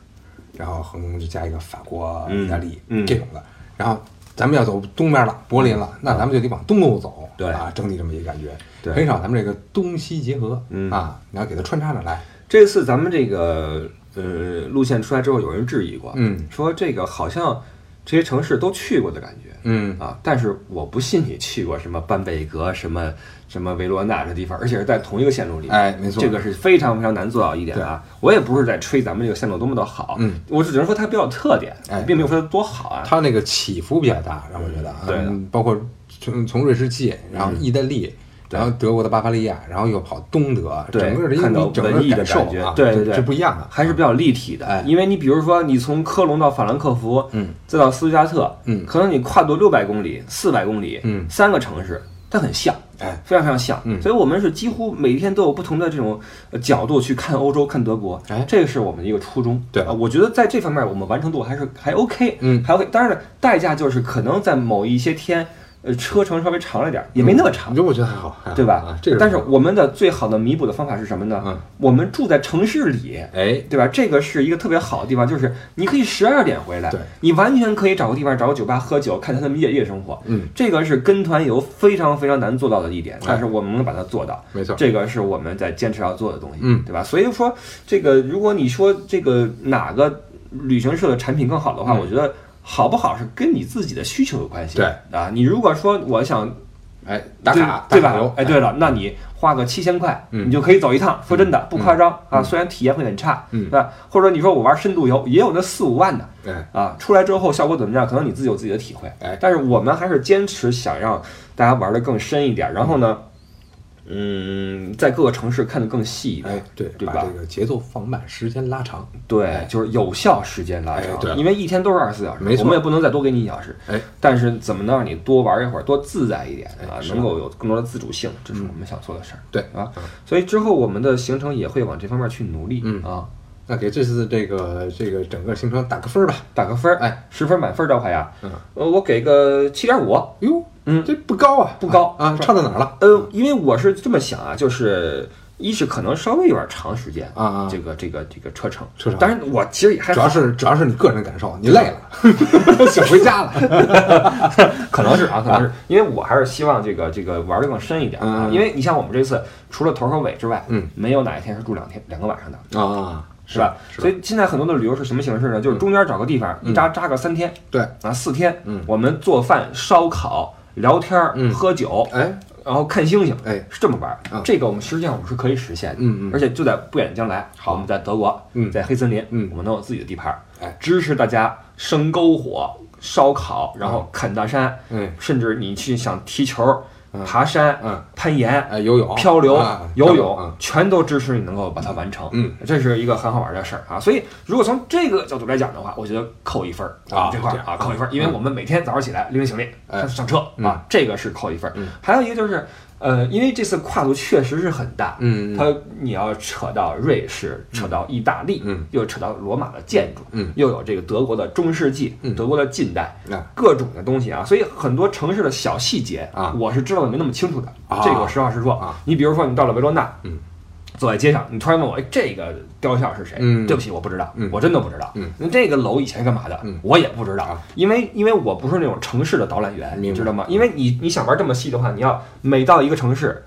Speaker 2: 然后横空就加一个法国、
Speaker 1: 嗯
Speaker 2: 意大利、
Speaker 1: 嗯
Speaker 2: 这种的，然后咱们要走东边了，柏林了，那咱们就得往东欧走，
Speaker 1: 对
Speaker 2: 啊，整体这么一个感觉，
Speaker 1: 对
Speaker 2: 很少咱们这个东西结合，
Speaker 1: 嗯
Speaker 2: 啊，你要给它穿插着来，
Speaker 1: 这次咱们这个呃路线出来之后，有人质疑过，
Speaker 2: 嗯
Speaker 1: 说这个好像这些城市都去过的感觉。
Speaker 2: 嗯，
Speaker 1: 啊，但是我不信你去过什么班贝格、什么什么维罗纳这地方，而且是在同一个线路里。
Speaker 2: 哎，没错，
Speaker 1: 这个是非常非常难做到一点的啊！我也不是在吹咱们这个线路多么的好，
Speaker 2: 嗯，
Speaker 1: 我只能说它比较有特点，
Speaker 2: 哎
Speaker 1: 并没有说它多好啊。
Speaker 2: 它那个起伏比较大，让我觉得啊，
Speaker 1: 对的嗯
Speaker 2: 嗯包括从从瑞士起，然后意大利，
Speaker 1: 对
Speaker 2: 然后德国的巴伐利亚，然后又跑东德，
Speaker 1: 对
Speaker 2: 整个的一
Speaker 1: 看到
Speaker 2: 个整个
Speaker 1: 文艺的
Speaker 2: 感受
Speaker 1: 感觉
Speaker 2: 啊，
Speaker 1: 对对
Speaker 2: 这
Speaker 1: 对
Speaker 2: 这不一样的，
Speaker 1: 还是比较立体的。
Speaker 2: 哎
Speaker 1: 因为你比如说，你从科隆到法兰克福，
Speaker 2: 嗯，
Speaker 1: 再到斯图加特，
Speaker 2: 嗯
Speaker 1: 可能你跨度六百公里、四百公里，
Speaker 2: 嗯
Speaker 1: 三个城市，它很像，
Speaker 2: 哎，
Speaker 1: 非常非常像。
Speaker 2: 嗯
Speaker 1: 所以我们是几乎每天都有不同的这种呃角度去看欧洲、看德国，
Speaker 2: 哎
Speaker 1: 这个是我们的一个初衷。
Speaker 2: 对
Speaker 1: 啊，我觉得在这方面我们完成度还是还 OK，
Speaker 2: 嗯
Speaker 1: 还 OK。当然了，代价就是可能在某一些天，呃，车程稍微长了点儿，也没那么长。
Speaker 2: 这我觉得还好，还好
Speaker 1: 对吧？
Speaker 2: 嗯啊这个，
Speaker 1: 但是我们的最好的弥补的方法是什么呢？
Speaker 2: 嗯
Speaker 1: 我们住在城市里，
Speaker 2: 哎，
Speaker 1: 对吧？这个是一个特别好的地方，就是你可以十二点回来，
Speaker 2: 对
Speaker 1: 你完全可以找个地方找个酒吧喝酒，看他们夜夜生活。
Speaker 2: 嗯，哎
Speaker 1: 这个是跟团游非常非常难做到的一点，但是我们能把它做到。
Speaker 2: 没错，
Speaker 1: 这个是我们在坚持要做的东西，
Speaker 2: 嗯
Speaker 1: 对吧？所以说，这个如果你说这个哪个旅行社的产品更好的话，
Speaker 2: 嗯
Speaker 1: 我觉得好不好是跟你自己的需求有关系。
Speaker 2: 对
Speaker 1: 啊，你如果说我想
Speaker 2: 哎，打卡
Speaker 1: 对对
Speaker 2: 打卡游
Speaker 1: 吧？哎，，对了，那你花个七千块，
Speaker 2: 嗯
Speaker 1: 你就可以走一趟。说真的，不夸张啊，虽然体验会很差，
Speaker 2: 嗯
Speaker 1: 对吧？或者说你说我玩深度游，也有那四五万的
Speaker 2: 哎，
Speaker 1: 啊，出来之后效果怎么样，可能你自己有自己的体会
Speaker 2: 哎。
Speaker 1: 但是我们还是坚持想让大家玩的更深一点，然后呢，嗯，在各个城市看得更细一点
Speaker 2: 哎，，对，
Speaker 1: 对吧
Speaker 2: 把这个节奏放慢，时间拉长，
Speaker 1: 对，就是有效时间拉
Speaker 2: 哎
Speaker 1: 长，
Speaker 2: 对了
Speaker 1: 因为一天都是二十四小时，
Speaker 2: 没错
Speaker 1: 我们也不能再多给你一小时。
Speaker 2: 哎，
Speaker 1: 但是怎么能让你多玩一会儿，多自在一点啊
Speaker 2: 哎，是啊
Speaker 1: 能够有更多的自主性，这是我们想做的事儿。
Speaker 2: 对
Speaker 1: 啊，所以之后我们的行程也会往这方面去努力、
Speaker 2: 嗯
Speaker 1: 啊，
Speaker 2: 那给这次这个这个整个行程打个分儿吧，
Speaker 1: 打个分儿，
Speaker 2: 哎，
Speaker 1: 十分满分儿的话呀，
Speaker 2: 嗯
Speaker 1: 呃，我给个七点五。
Speaker 2: 哟，
Speaker 1: 嗯
Speaker 2: 这不高啊，
Speaker 1: 不高
Speaker 2: 啊，啊差到哪儿了？
Speaker 1: 呃，因为我是这么想啊，就是一是可能稍微有点长时间
Speaker 2: 啊啊
Speaker 1: 这个这个这个车程，
Speaker 2: 车程
Speaker 1: 当然我其实也还
Speaker 2: 主要
Speaker 1: 好，
Speaker 2: 是主要是你个人感受，你累 了，想回家了。
Speaker 1: 可能 是啊，可能是因为我还是希望这个这个玩的更深一点啊，
Speaker 2: 嗯
Speaker 1: 因为你像我们这次除了头和尾之外，
Speaker 2: 嗯，
Speaker 1: 没有哪一天是住两天两个晚上的，
Speaker 2: 啊，
Speaker 1: 是吧？所以现在很多的旅游是什么形式呢？就是中间找个地方一扎扎个三天
Speaker 2: 嗯对，
Speaker 1: 啊四天，
Speaker 2: 嗯
Speaker 1: 我们做饭、烧烤、聊天儿、
Speaker 2: 嗯
Speaker 1: 喝酒，
Speaker 2: 哎，
Speaker 1: 然后看星星，
Speaker 2: 哎，
Speaker 1: 是这么玩儿
Speaker 2: 啊。
Speaker 1: 这个我们实际上我们是可以实现的，
Speaker 2: 嗯嗯
Speaker 1: 而且就在不远的将来，
Speaker 2: 好
Speaker 1: 我们在德国，
Speaker 2: 嗯
Speaker 1: 在黑森林，
Speaker 2: 嗯
Speaker 1: 我们能有自己的地盘儿
Speaker 2: 哎，
Speaker 1: 支持大家生篝火、烧烤，然后砍大山，
Speaker 2: 嗯，
Speaker 1: 甚至你去想踢球、爬山、
Speaker 2: 嗯
Speaker 1: 攀岩、
Speaker 2: 哎，游泳、
Speaker 1: 漂流
Speaker 2: 啊、
Speaker 1: 游
Speaker 2: 啊
Speaker 1: 泳，全都支持你能够把它完成。
Speaker 2: 嗯，
Speaker 1: 这是一个很好玩的事儿啊。所以，如果从这个角度来讲的话，我觉得扣一分儿
Speaker 2: 啊
Speaker 1: 这块儿
Speaker 2: 这样
Speaker 1: 啊扣一分儿，因为我们每天早上起来拎着行李
Speaker 2: 哎
Speaker 1: 上上车
Speaker 2: 嗯
Speaker 1: 啊，这个是扣一分儿
Speaker 2: 嗯。
Speaker 1: 还有一个就是，呃，因为这次跨度确实是很大，
Speaker 2: 嗯，嗯
Speaker 1: 它你要扯到瑞士，扯到意大利，
Speaker 2: 嗯，
Speaker 1: 又扯到罗马的建筑，
Speaker 2: 嗯，
Speaker 1: 又有这个德国的中世纪，
Speaker 2: 嗯
Speaker 1: 德国的近代，
Speaker 2: 那
Speaker 1: 各种的东西啊，所以很多城市的小细节
Speaker 2: 啊
Speaker 1: 我是知道的没那么清楚的。
Speaker 2: 啊
Speaker 1: 这个我实话实说
Speaker 2: 啊，
Speaker 1: 你比如说你到了维罗纳，
Speaker 2: 嗯，
Speaker 1: 走在街上，你突然问我，哎，这个雕像是谁？
Speaker 2: 嗯
Speaker 1: 对不起，我不知道，
Speaker 2: 嗯
Speaker 1: 我真的不知道。
Speaker 2: 嗯
Speaker 1: 那这个楼以前干嘛的？
Speaker 2: 嗯
Speaker 1: 我也不知道
Speaker 2: 啊，
Speaker 1: 因为因为我不是那种城市的导览员，
Speaker 2: 明白
Speaker 1: 你知道吗？因为你你想玩这么细的话，你要每到一个城市，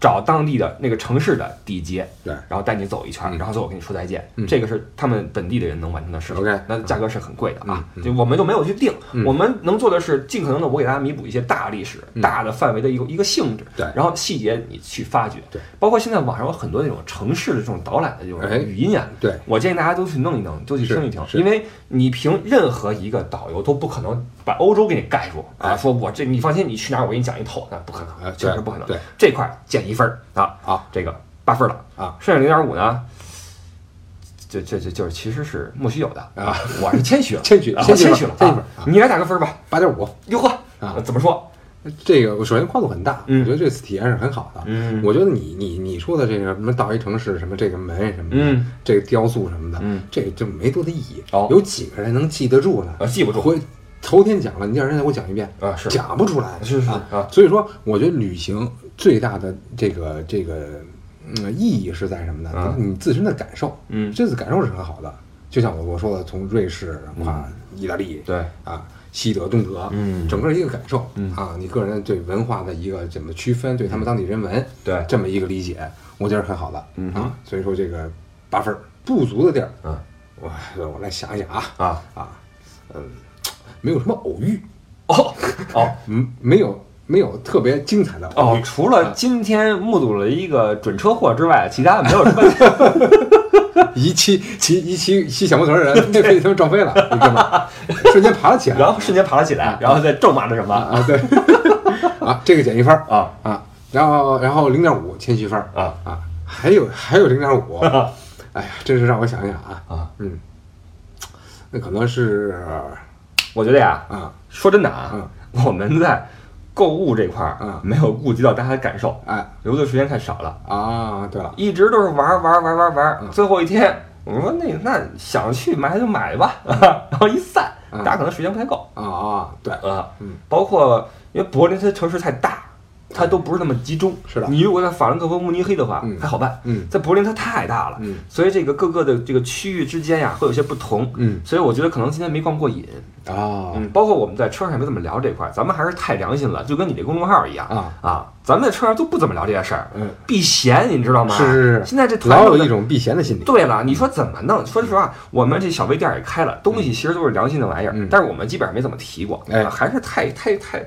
Speaker 1: 找当地的那个城市的地接，
Speaker 2: 对
Speaker 1: 然后带你走一圈，
Speaker 2: 嗯
Speaker 1: 然后最后跟你说再见，
Speaker 2: 嗯
Speaker 1: 这个是他们本地的人能完成的事情。
Speaker 2: OK
Speaker 1: 那价格是很贵的啊，
Speaker 2: 嗯嗯
Speaker 1: 就我们就没有去定，
Speaker 2: 嗯
Speaker 1: 我们能做的是尽可能的，我给大家弥补一些大历史、
Speaker 2: 嗯
Speaker 1: 大的范围的一个一个性质，
Speaker 2: 对
Speaker 1: 然后细节你去发掘，
Speaker 2: 对，
Speaker 1: 包括现在网上有很多那种城市的这种导览的这种
Speaker 2: 哎
Speaker 1: 语音啊，
Speaker 2: 对，
Speaker 1: 我建议大家都去弄一弄，都去听一听，
Speaker 2: 是是
Speaker 1: 因为你凭任何一个导游都不可能把欧洲给你盖住啊！
Speaker 2: 哎
Speaker 1: 说我这你放心，你去哪儿我给你讲一透，那不可
Speaker 2: 哎
Speaker 1: 能，
Speaker 2: 对
Speaker 1: 确实不可能。
Speaker 2: 对，
Speaker 1: 这块儿减一分儿啊
Speaker 2: 好，
Speaker 1: 这个八分了
Speaker 2: 啊，
Speaker 1: 剩下零点五呢，这这这就是其实是莫须有的
Speaker 2: 啊，
Speaker 1: 我是谦虚了，
Speaker 2: 谦虚
Speaker 1: 啊
Speaker 2: 谦虚
Speaker 1: 谦
Speaker 2: 了
Speaker 1: 虚了
Speaker 2: 谦虚了
Speaker 1: 啊！你来打个分吧，
Speaker 2: 八点五。
Speaker 1: 哟呵，
Speaker 2: 啊
Speaker 1: 呃怎么说？
Speaker 2: 这个我首先跨度很大，
Speaker 1: 嗯
Speaker 2: 我觉得这次体验是很好的。
Speaker 1: 嗯
Speaker 2: 我觉得你你你说的这个什么到一城市什么这个门什么的，
Speaker 1: 嗯
Speaker 2: 这个雕塑什么的，
Speaker 1: 嗯
Speaker 2: 这个就没多大意义。
Speaker 1: 哦
Speaker 2: 有几个人能记得住呢？
Speaker 1: 啊记不住
Speaker 2: 回头天讲了，你叫人家给我讲一遍，
Speaker 1: 啊是
Speaker 2: 讲不出来。
Speaker 1: 是是
Speaker 2: 啊
Speaker 1: 啊
Speaker 2: 所以说，我觉得旅行最大的这个这个嗯意义是在什么呢？
Speaker 1: 啊
Speaker 2: 你自身的感受，
Speaker 1: 嗯
Speaker 2: 这次感受是很好的。就像我我说的，从瑞士跨意大利，
Speaker 1: 嗯对
Speaker 2: 啊，西德、东德，
Speaker 1: 嗯
Speaker 2: 整个一个感受，
Speaker 1: 嗯
Speaker 2: 啊，你个人对文化的一个怎么区分，对他们当地人文，
Speaker 1: 对
Speaker 2: 这么一个理解，我觉得是很好的，
Speaker 1: 嗯哼
Speaker 2: 啊，所以说这个八分儿不足的地儿，
Speaker 1: 嗯
Speaker 2: 我我来想一想啊
Speaker 1: 啊
Speaker 2: 啊，嗯，没有什么偶遇，
Speaker 1: 哦哦。
Speaker 2: 嗯，没有没有特别精彩的偶
Speaker 1: 哦
Speaker 2: 遇，，
Speaker 1: 除
Speaker 2: 啊
Speaker 1: 了今天目睹了一个准车祸之外，其他的没有什么。
Speaker 2: 一骑骑一骑骑小摩托的人被被他们撞飞了，一哥们儿瞬间爬了起来
Speaker 1: 然后瞬间爬了起来，然后再咒骂着什么
Speaker 2: 啊，对，啊，这个减一分儿
Speaker 1: 啊
Speaker 2: 啊，然后然后零点五谦虚分儿
Speaker 1: 啊
Speaker 2: 啊，还有还有零点五，哎呀，真是让我想想啊，
Speaker 1: 啊！
Speaker 2: 嗯，那可能是
Speaker 1: 我觉得呀，
Speaker 2: 啊，
Speaker 1: 说真的啊，我们在购物这块儿
Speaker 2: 嗯
Speaker 1: 没有顾及到大家的感受，
Speaker 2: 哎
Speaker 1: 留的时间太少了，
Speaker 2: 啊，对了，
Speaker 1: 一直都是玩儿玩儿玩儿玩儿玩
Speaker 2: 嗯
Speaker 1: 儿，最后一天我说那那想去买就买吧， 然后一散，
Speaker 2: 嗯
Speaker 1: 大家可能时间不太够
Speaker 2: 啊啊，对，
Speaker 1: 啊
Speaker 2: 嗯，
Speaker 1: 包括因为柏林它城市太大。它都不是那么集中，
Speaker 2: 是的
Speaker 1: 你如果在法兰克福、慕尼黑的话，
Speaker 2: 嗯
Speaker 1: 还好办。
Speaker 2: 嗯
Speaker 1: 在柏林它太大了，
Speaker 2: 嗯
Speaker 1: 所以这个各个的这个区域之间呀，会有些不同。
Speaker 2: 嗯
Speaker 1: 所以我觉得可能今天没逛过瘾。
Speaker 2: 啊
Speaker 1: 嗯，包括我们在车上也没怎么聊这块，儿，咱们还是太良心了，就跟你这公众号一样
Speaker 2: 啊，
Speaker 1: 咱们在车上都不怎么聊这件事儿，
Speaker 2: 嗯，
Speaker 1: 避嫌，你知道吗？
Speaker 2: 是是是，
Speaker 1: 现在这团
Speaker 2: 老
Speaker 1: 购
Speaker 2: 有
Speaker 1: 的
Speaker 2: 一种避嫌的心理，
Speaker 1: 对了，你说怎么弄？说实话，我们这小微店也开了，东西其实都是良心的玩意儿，
Speaker 2: 嗯
Speaker 1: 但是我们基本上没怎么提过，
Speaker 2: 哎
Speaker 1: 啊还是太太太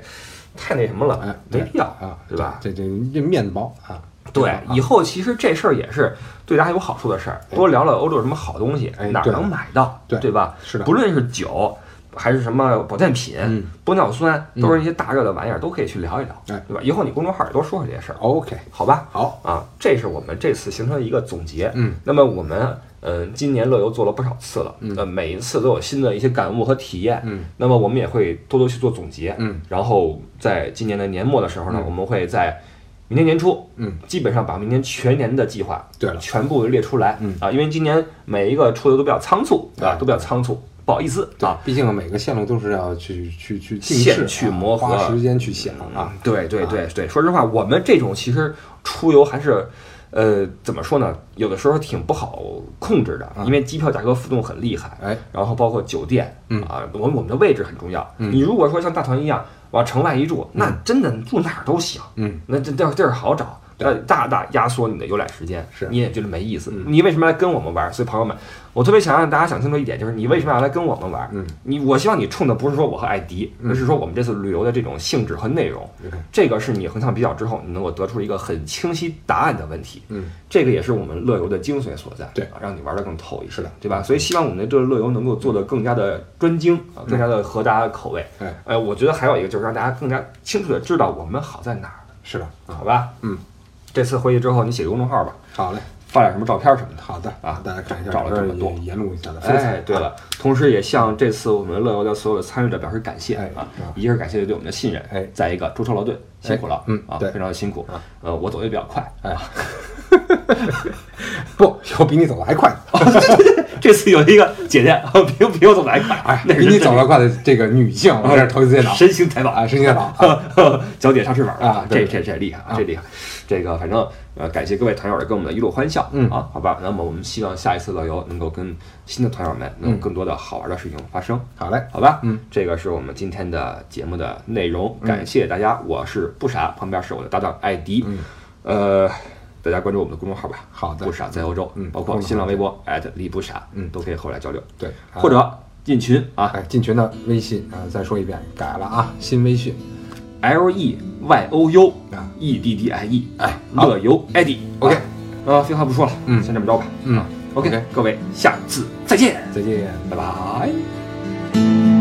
Speaker 1: 太那什么了，
Speaker 2: 哎
Speaker 1: 没
Speaker 2: 对
Speaker 1: 必要
Speaker 2: 啊，
Speaker 1: 对吧？
Speaker 2: 这这这面子薄啊，
Speaker 1: 对，以后其实这事儿也是对大家有好处的事儿，
Speaker 2: 哎
Speaker 1: 多聊聊欧洲有什么好东西，
Speaker 2: 哎
Speaker 1: 哪儿
Speaker 2: 对
Speaker 1: 能买到，
Speaker 2: 对
Speaker 1: 吧？
Speaker 2: 是的
Speaker 1: 不论是酒还是什么保健品、
Speaker 2: 嗯
Speaker 1: 玻尿酸，
Speaker 2: 嗯
Speaker 1: 都是一些大热的玩意儿，都可以去聊一聊，
Speaker 2: 哎哦
Speaker 1: 对吧？以后你公众号也多说说这些事儿，
Speaker 2: ，OK，
Speaker 1: 好吧？
Speaker 2: 好，
Speaker 1: 啊，这是我们这次形成的一个总结。
Speaker 2: 嗯，
Speaker 1: 那么我们嗯、呃今年乐游做了不少次了，嗯、呃，每一次都有新的一些感悟和体验。
Speaker 2: 嗯，
Speaker 1: 那么我们也会多多去做总结。
Speaker 2: 嗯，
Speaker 1: 然后在今年的年末的时候呢，我们会在明年年初，
Speaker 2: 嗯，
Speaker 1: 基本上把明年全年的计划
Speaker 2: 对了
Speaker 1: 全部列出来。
Speaker 2: 嗯
Speaker 1: 啊，因为今年每一个出的都比较仓促，啊，
Speaker 2: 对
Speaker 1: 都比较仓促，不好意思啊。
Speaker 2: 毕竟每个线路都是要去去去定
Speaker 1: 线
Speaker 2: 制啊
Speaker 1: 去磨合嗯
Speaker 2: 花时间去想啊，
Speaker 1: 对对对对，说实话，我们这种其实出游还是，呃，怎么说呢？有的时候挺不好控制
Speaker 2: 啊
Speaker 1: 的，因为机票价格浮动很厉害，
Speaker 2: 哎，
Speaker 1: 然后包括酒店，
Speaker 2: 嗯
Speaker 1: 啊，我们我们的位置很重要。你如果说像大团一样往城外一住，那真的住哪儿都行，
Speaker 2: 嗯，
Speaker 1: 那这地儿地儿好找。那大大压缩你的游览时间，
Speaker 2: 是嗯
Speaker 1: 你也觉得没意思。你为什么来跟我们玩儿？所以朋友们，我特别想让大家想清楚一点，就是你为什么要来跟我们玩儿？
Speaker 2: 嗯
Speaker 1: 你我希望你冲的不是说我和艾迪，而是说我们这次旅游的这种性质和内容。
Speaker 2: OK
Speaker 1: 这个是你横向比较之后，你能够得出一个很清晰答案的问题。
Speaker 2: 嗯，
Speaker 1: 这个也是我们乐游的精髓所在，
Speaker 2: 对
Speaker 1: 啊，让你玩得更透一些，
Speaker 2: 是的，
Speaker 1: 对吧？所以希望我们的这个乐游能够做得更加的专精啊，更加的合大家的口味。
Speaker 2: 哎，
Speaker 1: 呃，我觉得还有一个就是让大家更加清楚的知道我们好在哪儿，
Speaker 2: 是的，
Speaker 1: 好吧？
Speaker 2: 嗯，
Speaker 1: 这次回去之后你写个公众号吧，
Speaker 2: 好嘞，
Speaker 1: 发点什么照片什么的。
Speaker 2: 好的
Speaker 1: 啊
Speaker 2: 大家看一下
Speaker 1: 找了这么
Speaker 2: 整个
Speaker 1: 多
Speaker 2: 沿路一下的风采
Speaker 1: 哎，对了，同时也向这次我们乐游的所有的参与者表示感谢
Speaker 2: 哎
Speaker 1: 啊
Speaker 2: 啊！
Speaker 1: 一个是感谢对我们的信任，
Speaker 2: 哎
Speaker 1: 再一个舟车劳顿，辛苦了，
Speaker 2: 嗯
Speaker 1: 啊，
Speaker 2: 对
Speaker 1: 非常的辛苦，呃，我走的也比较快，
Speaker 2: 哎，不，有比你走的还快的。
Speaker 1: 啊这次有一个姐姐比我比我走得还快，
Speaker 2: 哎，
Speaker 1: 那
Speaker 2: 比你走得快的这个女
Speaker 1: 嗯
Speaker 2: 性，我这头一次见到
Speaker 1: 神行太保，
Speaker 2: 啊，神仙岛，
Speaker 1: 脚点上翅膀
Speaker 2: 啊
Speaker 1: 这
Speaker 2: 对
Speaker 1: 这这厉害啊，
Speaker 2: 啊
Speaker 1: 这厉害。这个反正呃，感谢各位团友的跟我们的一路欢笑，
Speaker 2: 嗯
Speaker 1: 啊，好吧。那么我们希望下一次乐游能够跟新的团友们能有更多的好玩的事情发生，
Speaker 2: 好嘞，
Speaker 1: 好吧？
Speaker 2: 嗯，
Speaker 1: 这个是我们今天的节目的内容，感谢大家，我是不傻，旁边是我的搭档艾迪，
Speaker 2: 嗯
Speaker 1: 呃。大家关注我们的公众号吧，
Speaker 2: 好的
Speaker 1: 不傻在欧洲，
Speaker 2: 嗯
Speaker 1: 包
Speaker 2: 公众
Speaker 1: 括
Speaker 2: 号
Speaker 1: 新浪微博李不傻，
Speaker 2: 嗯
Speaker 1: 都可以和我来交流，
Speaker 2: 对，啊
Speaker 1: 或者进群啊
Speaker 2: 哎，进群的微信啊，再说一遍，改了啊，新微信
Speaker 1: ，L E Y O U
Speaker 2: 啊
Speaker 1: E D D I E，
Speaker 2: 哎好
Speaker 1: 乐游 ID。
Speaker 2: ，OK，
Speaker 1: 啊，废话不说了，
Speaker 2: 嗯
Speaker 1: 先这么着吧。
Speaker 2: 嗯，
Speaker 1: OK，
Speaker 2: OK
Speaker 1: 各位，下次再见，
Speaker 2: 再见。
Speaker 1: 拜拜。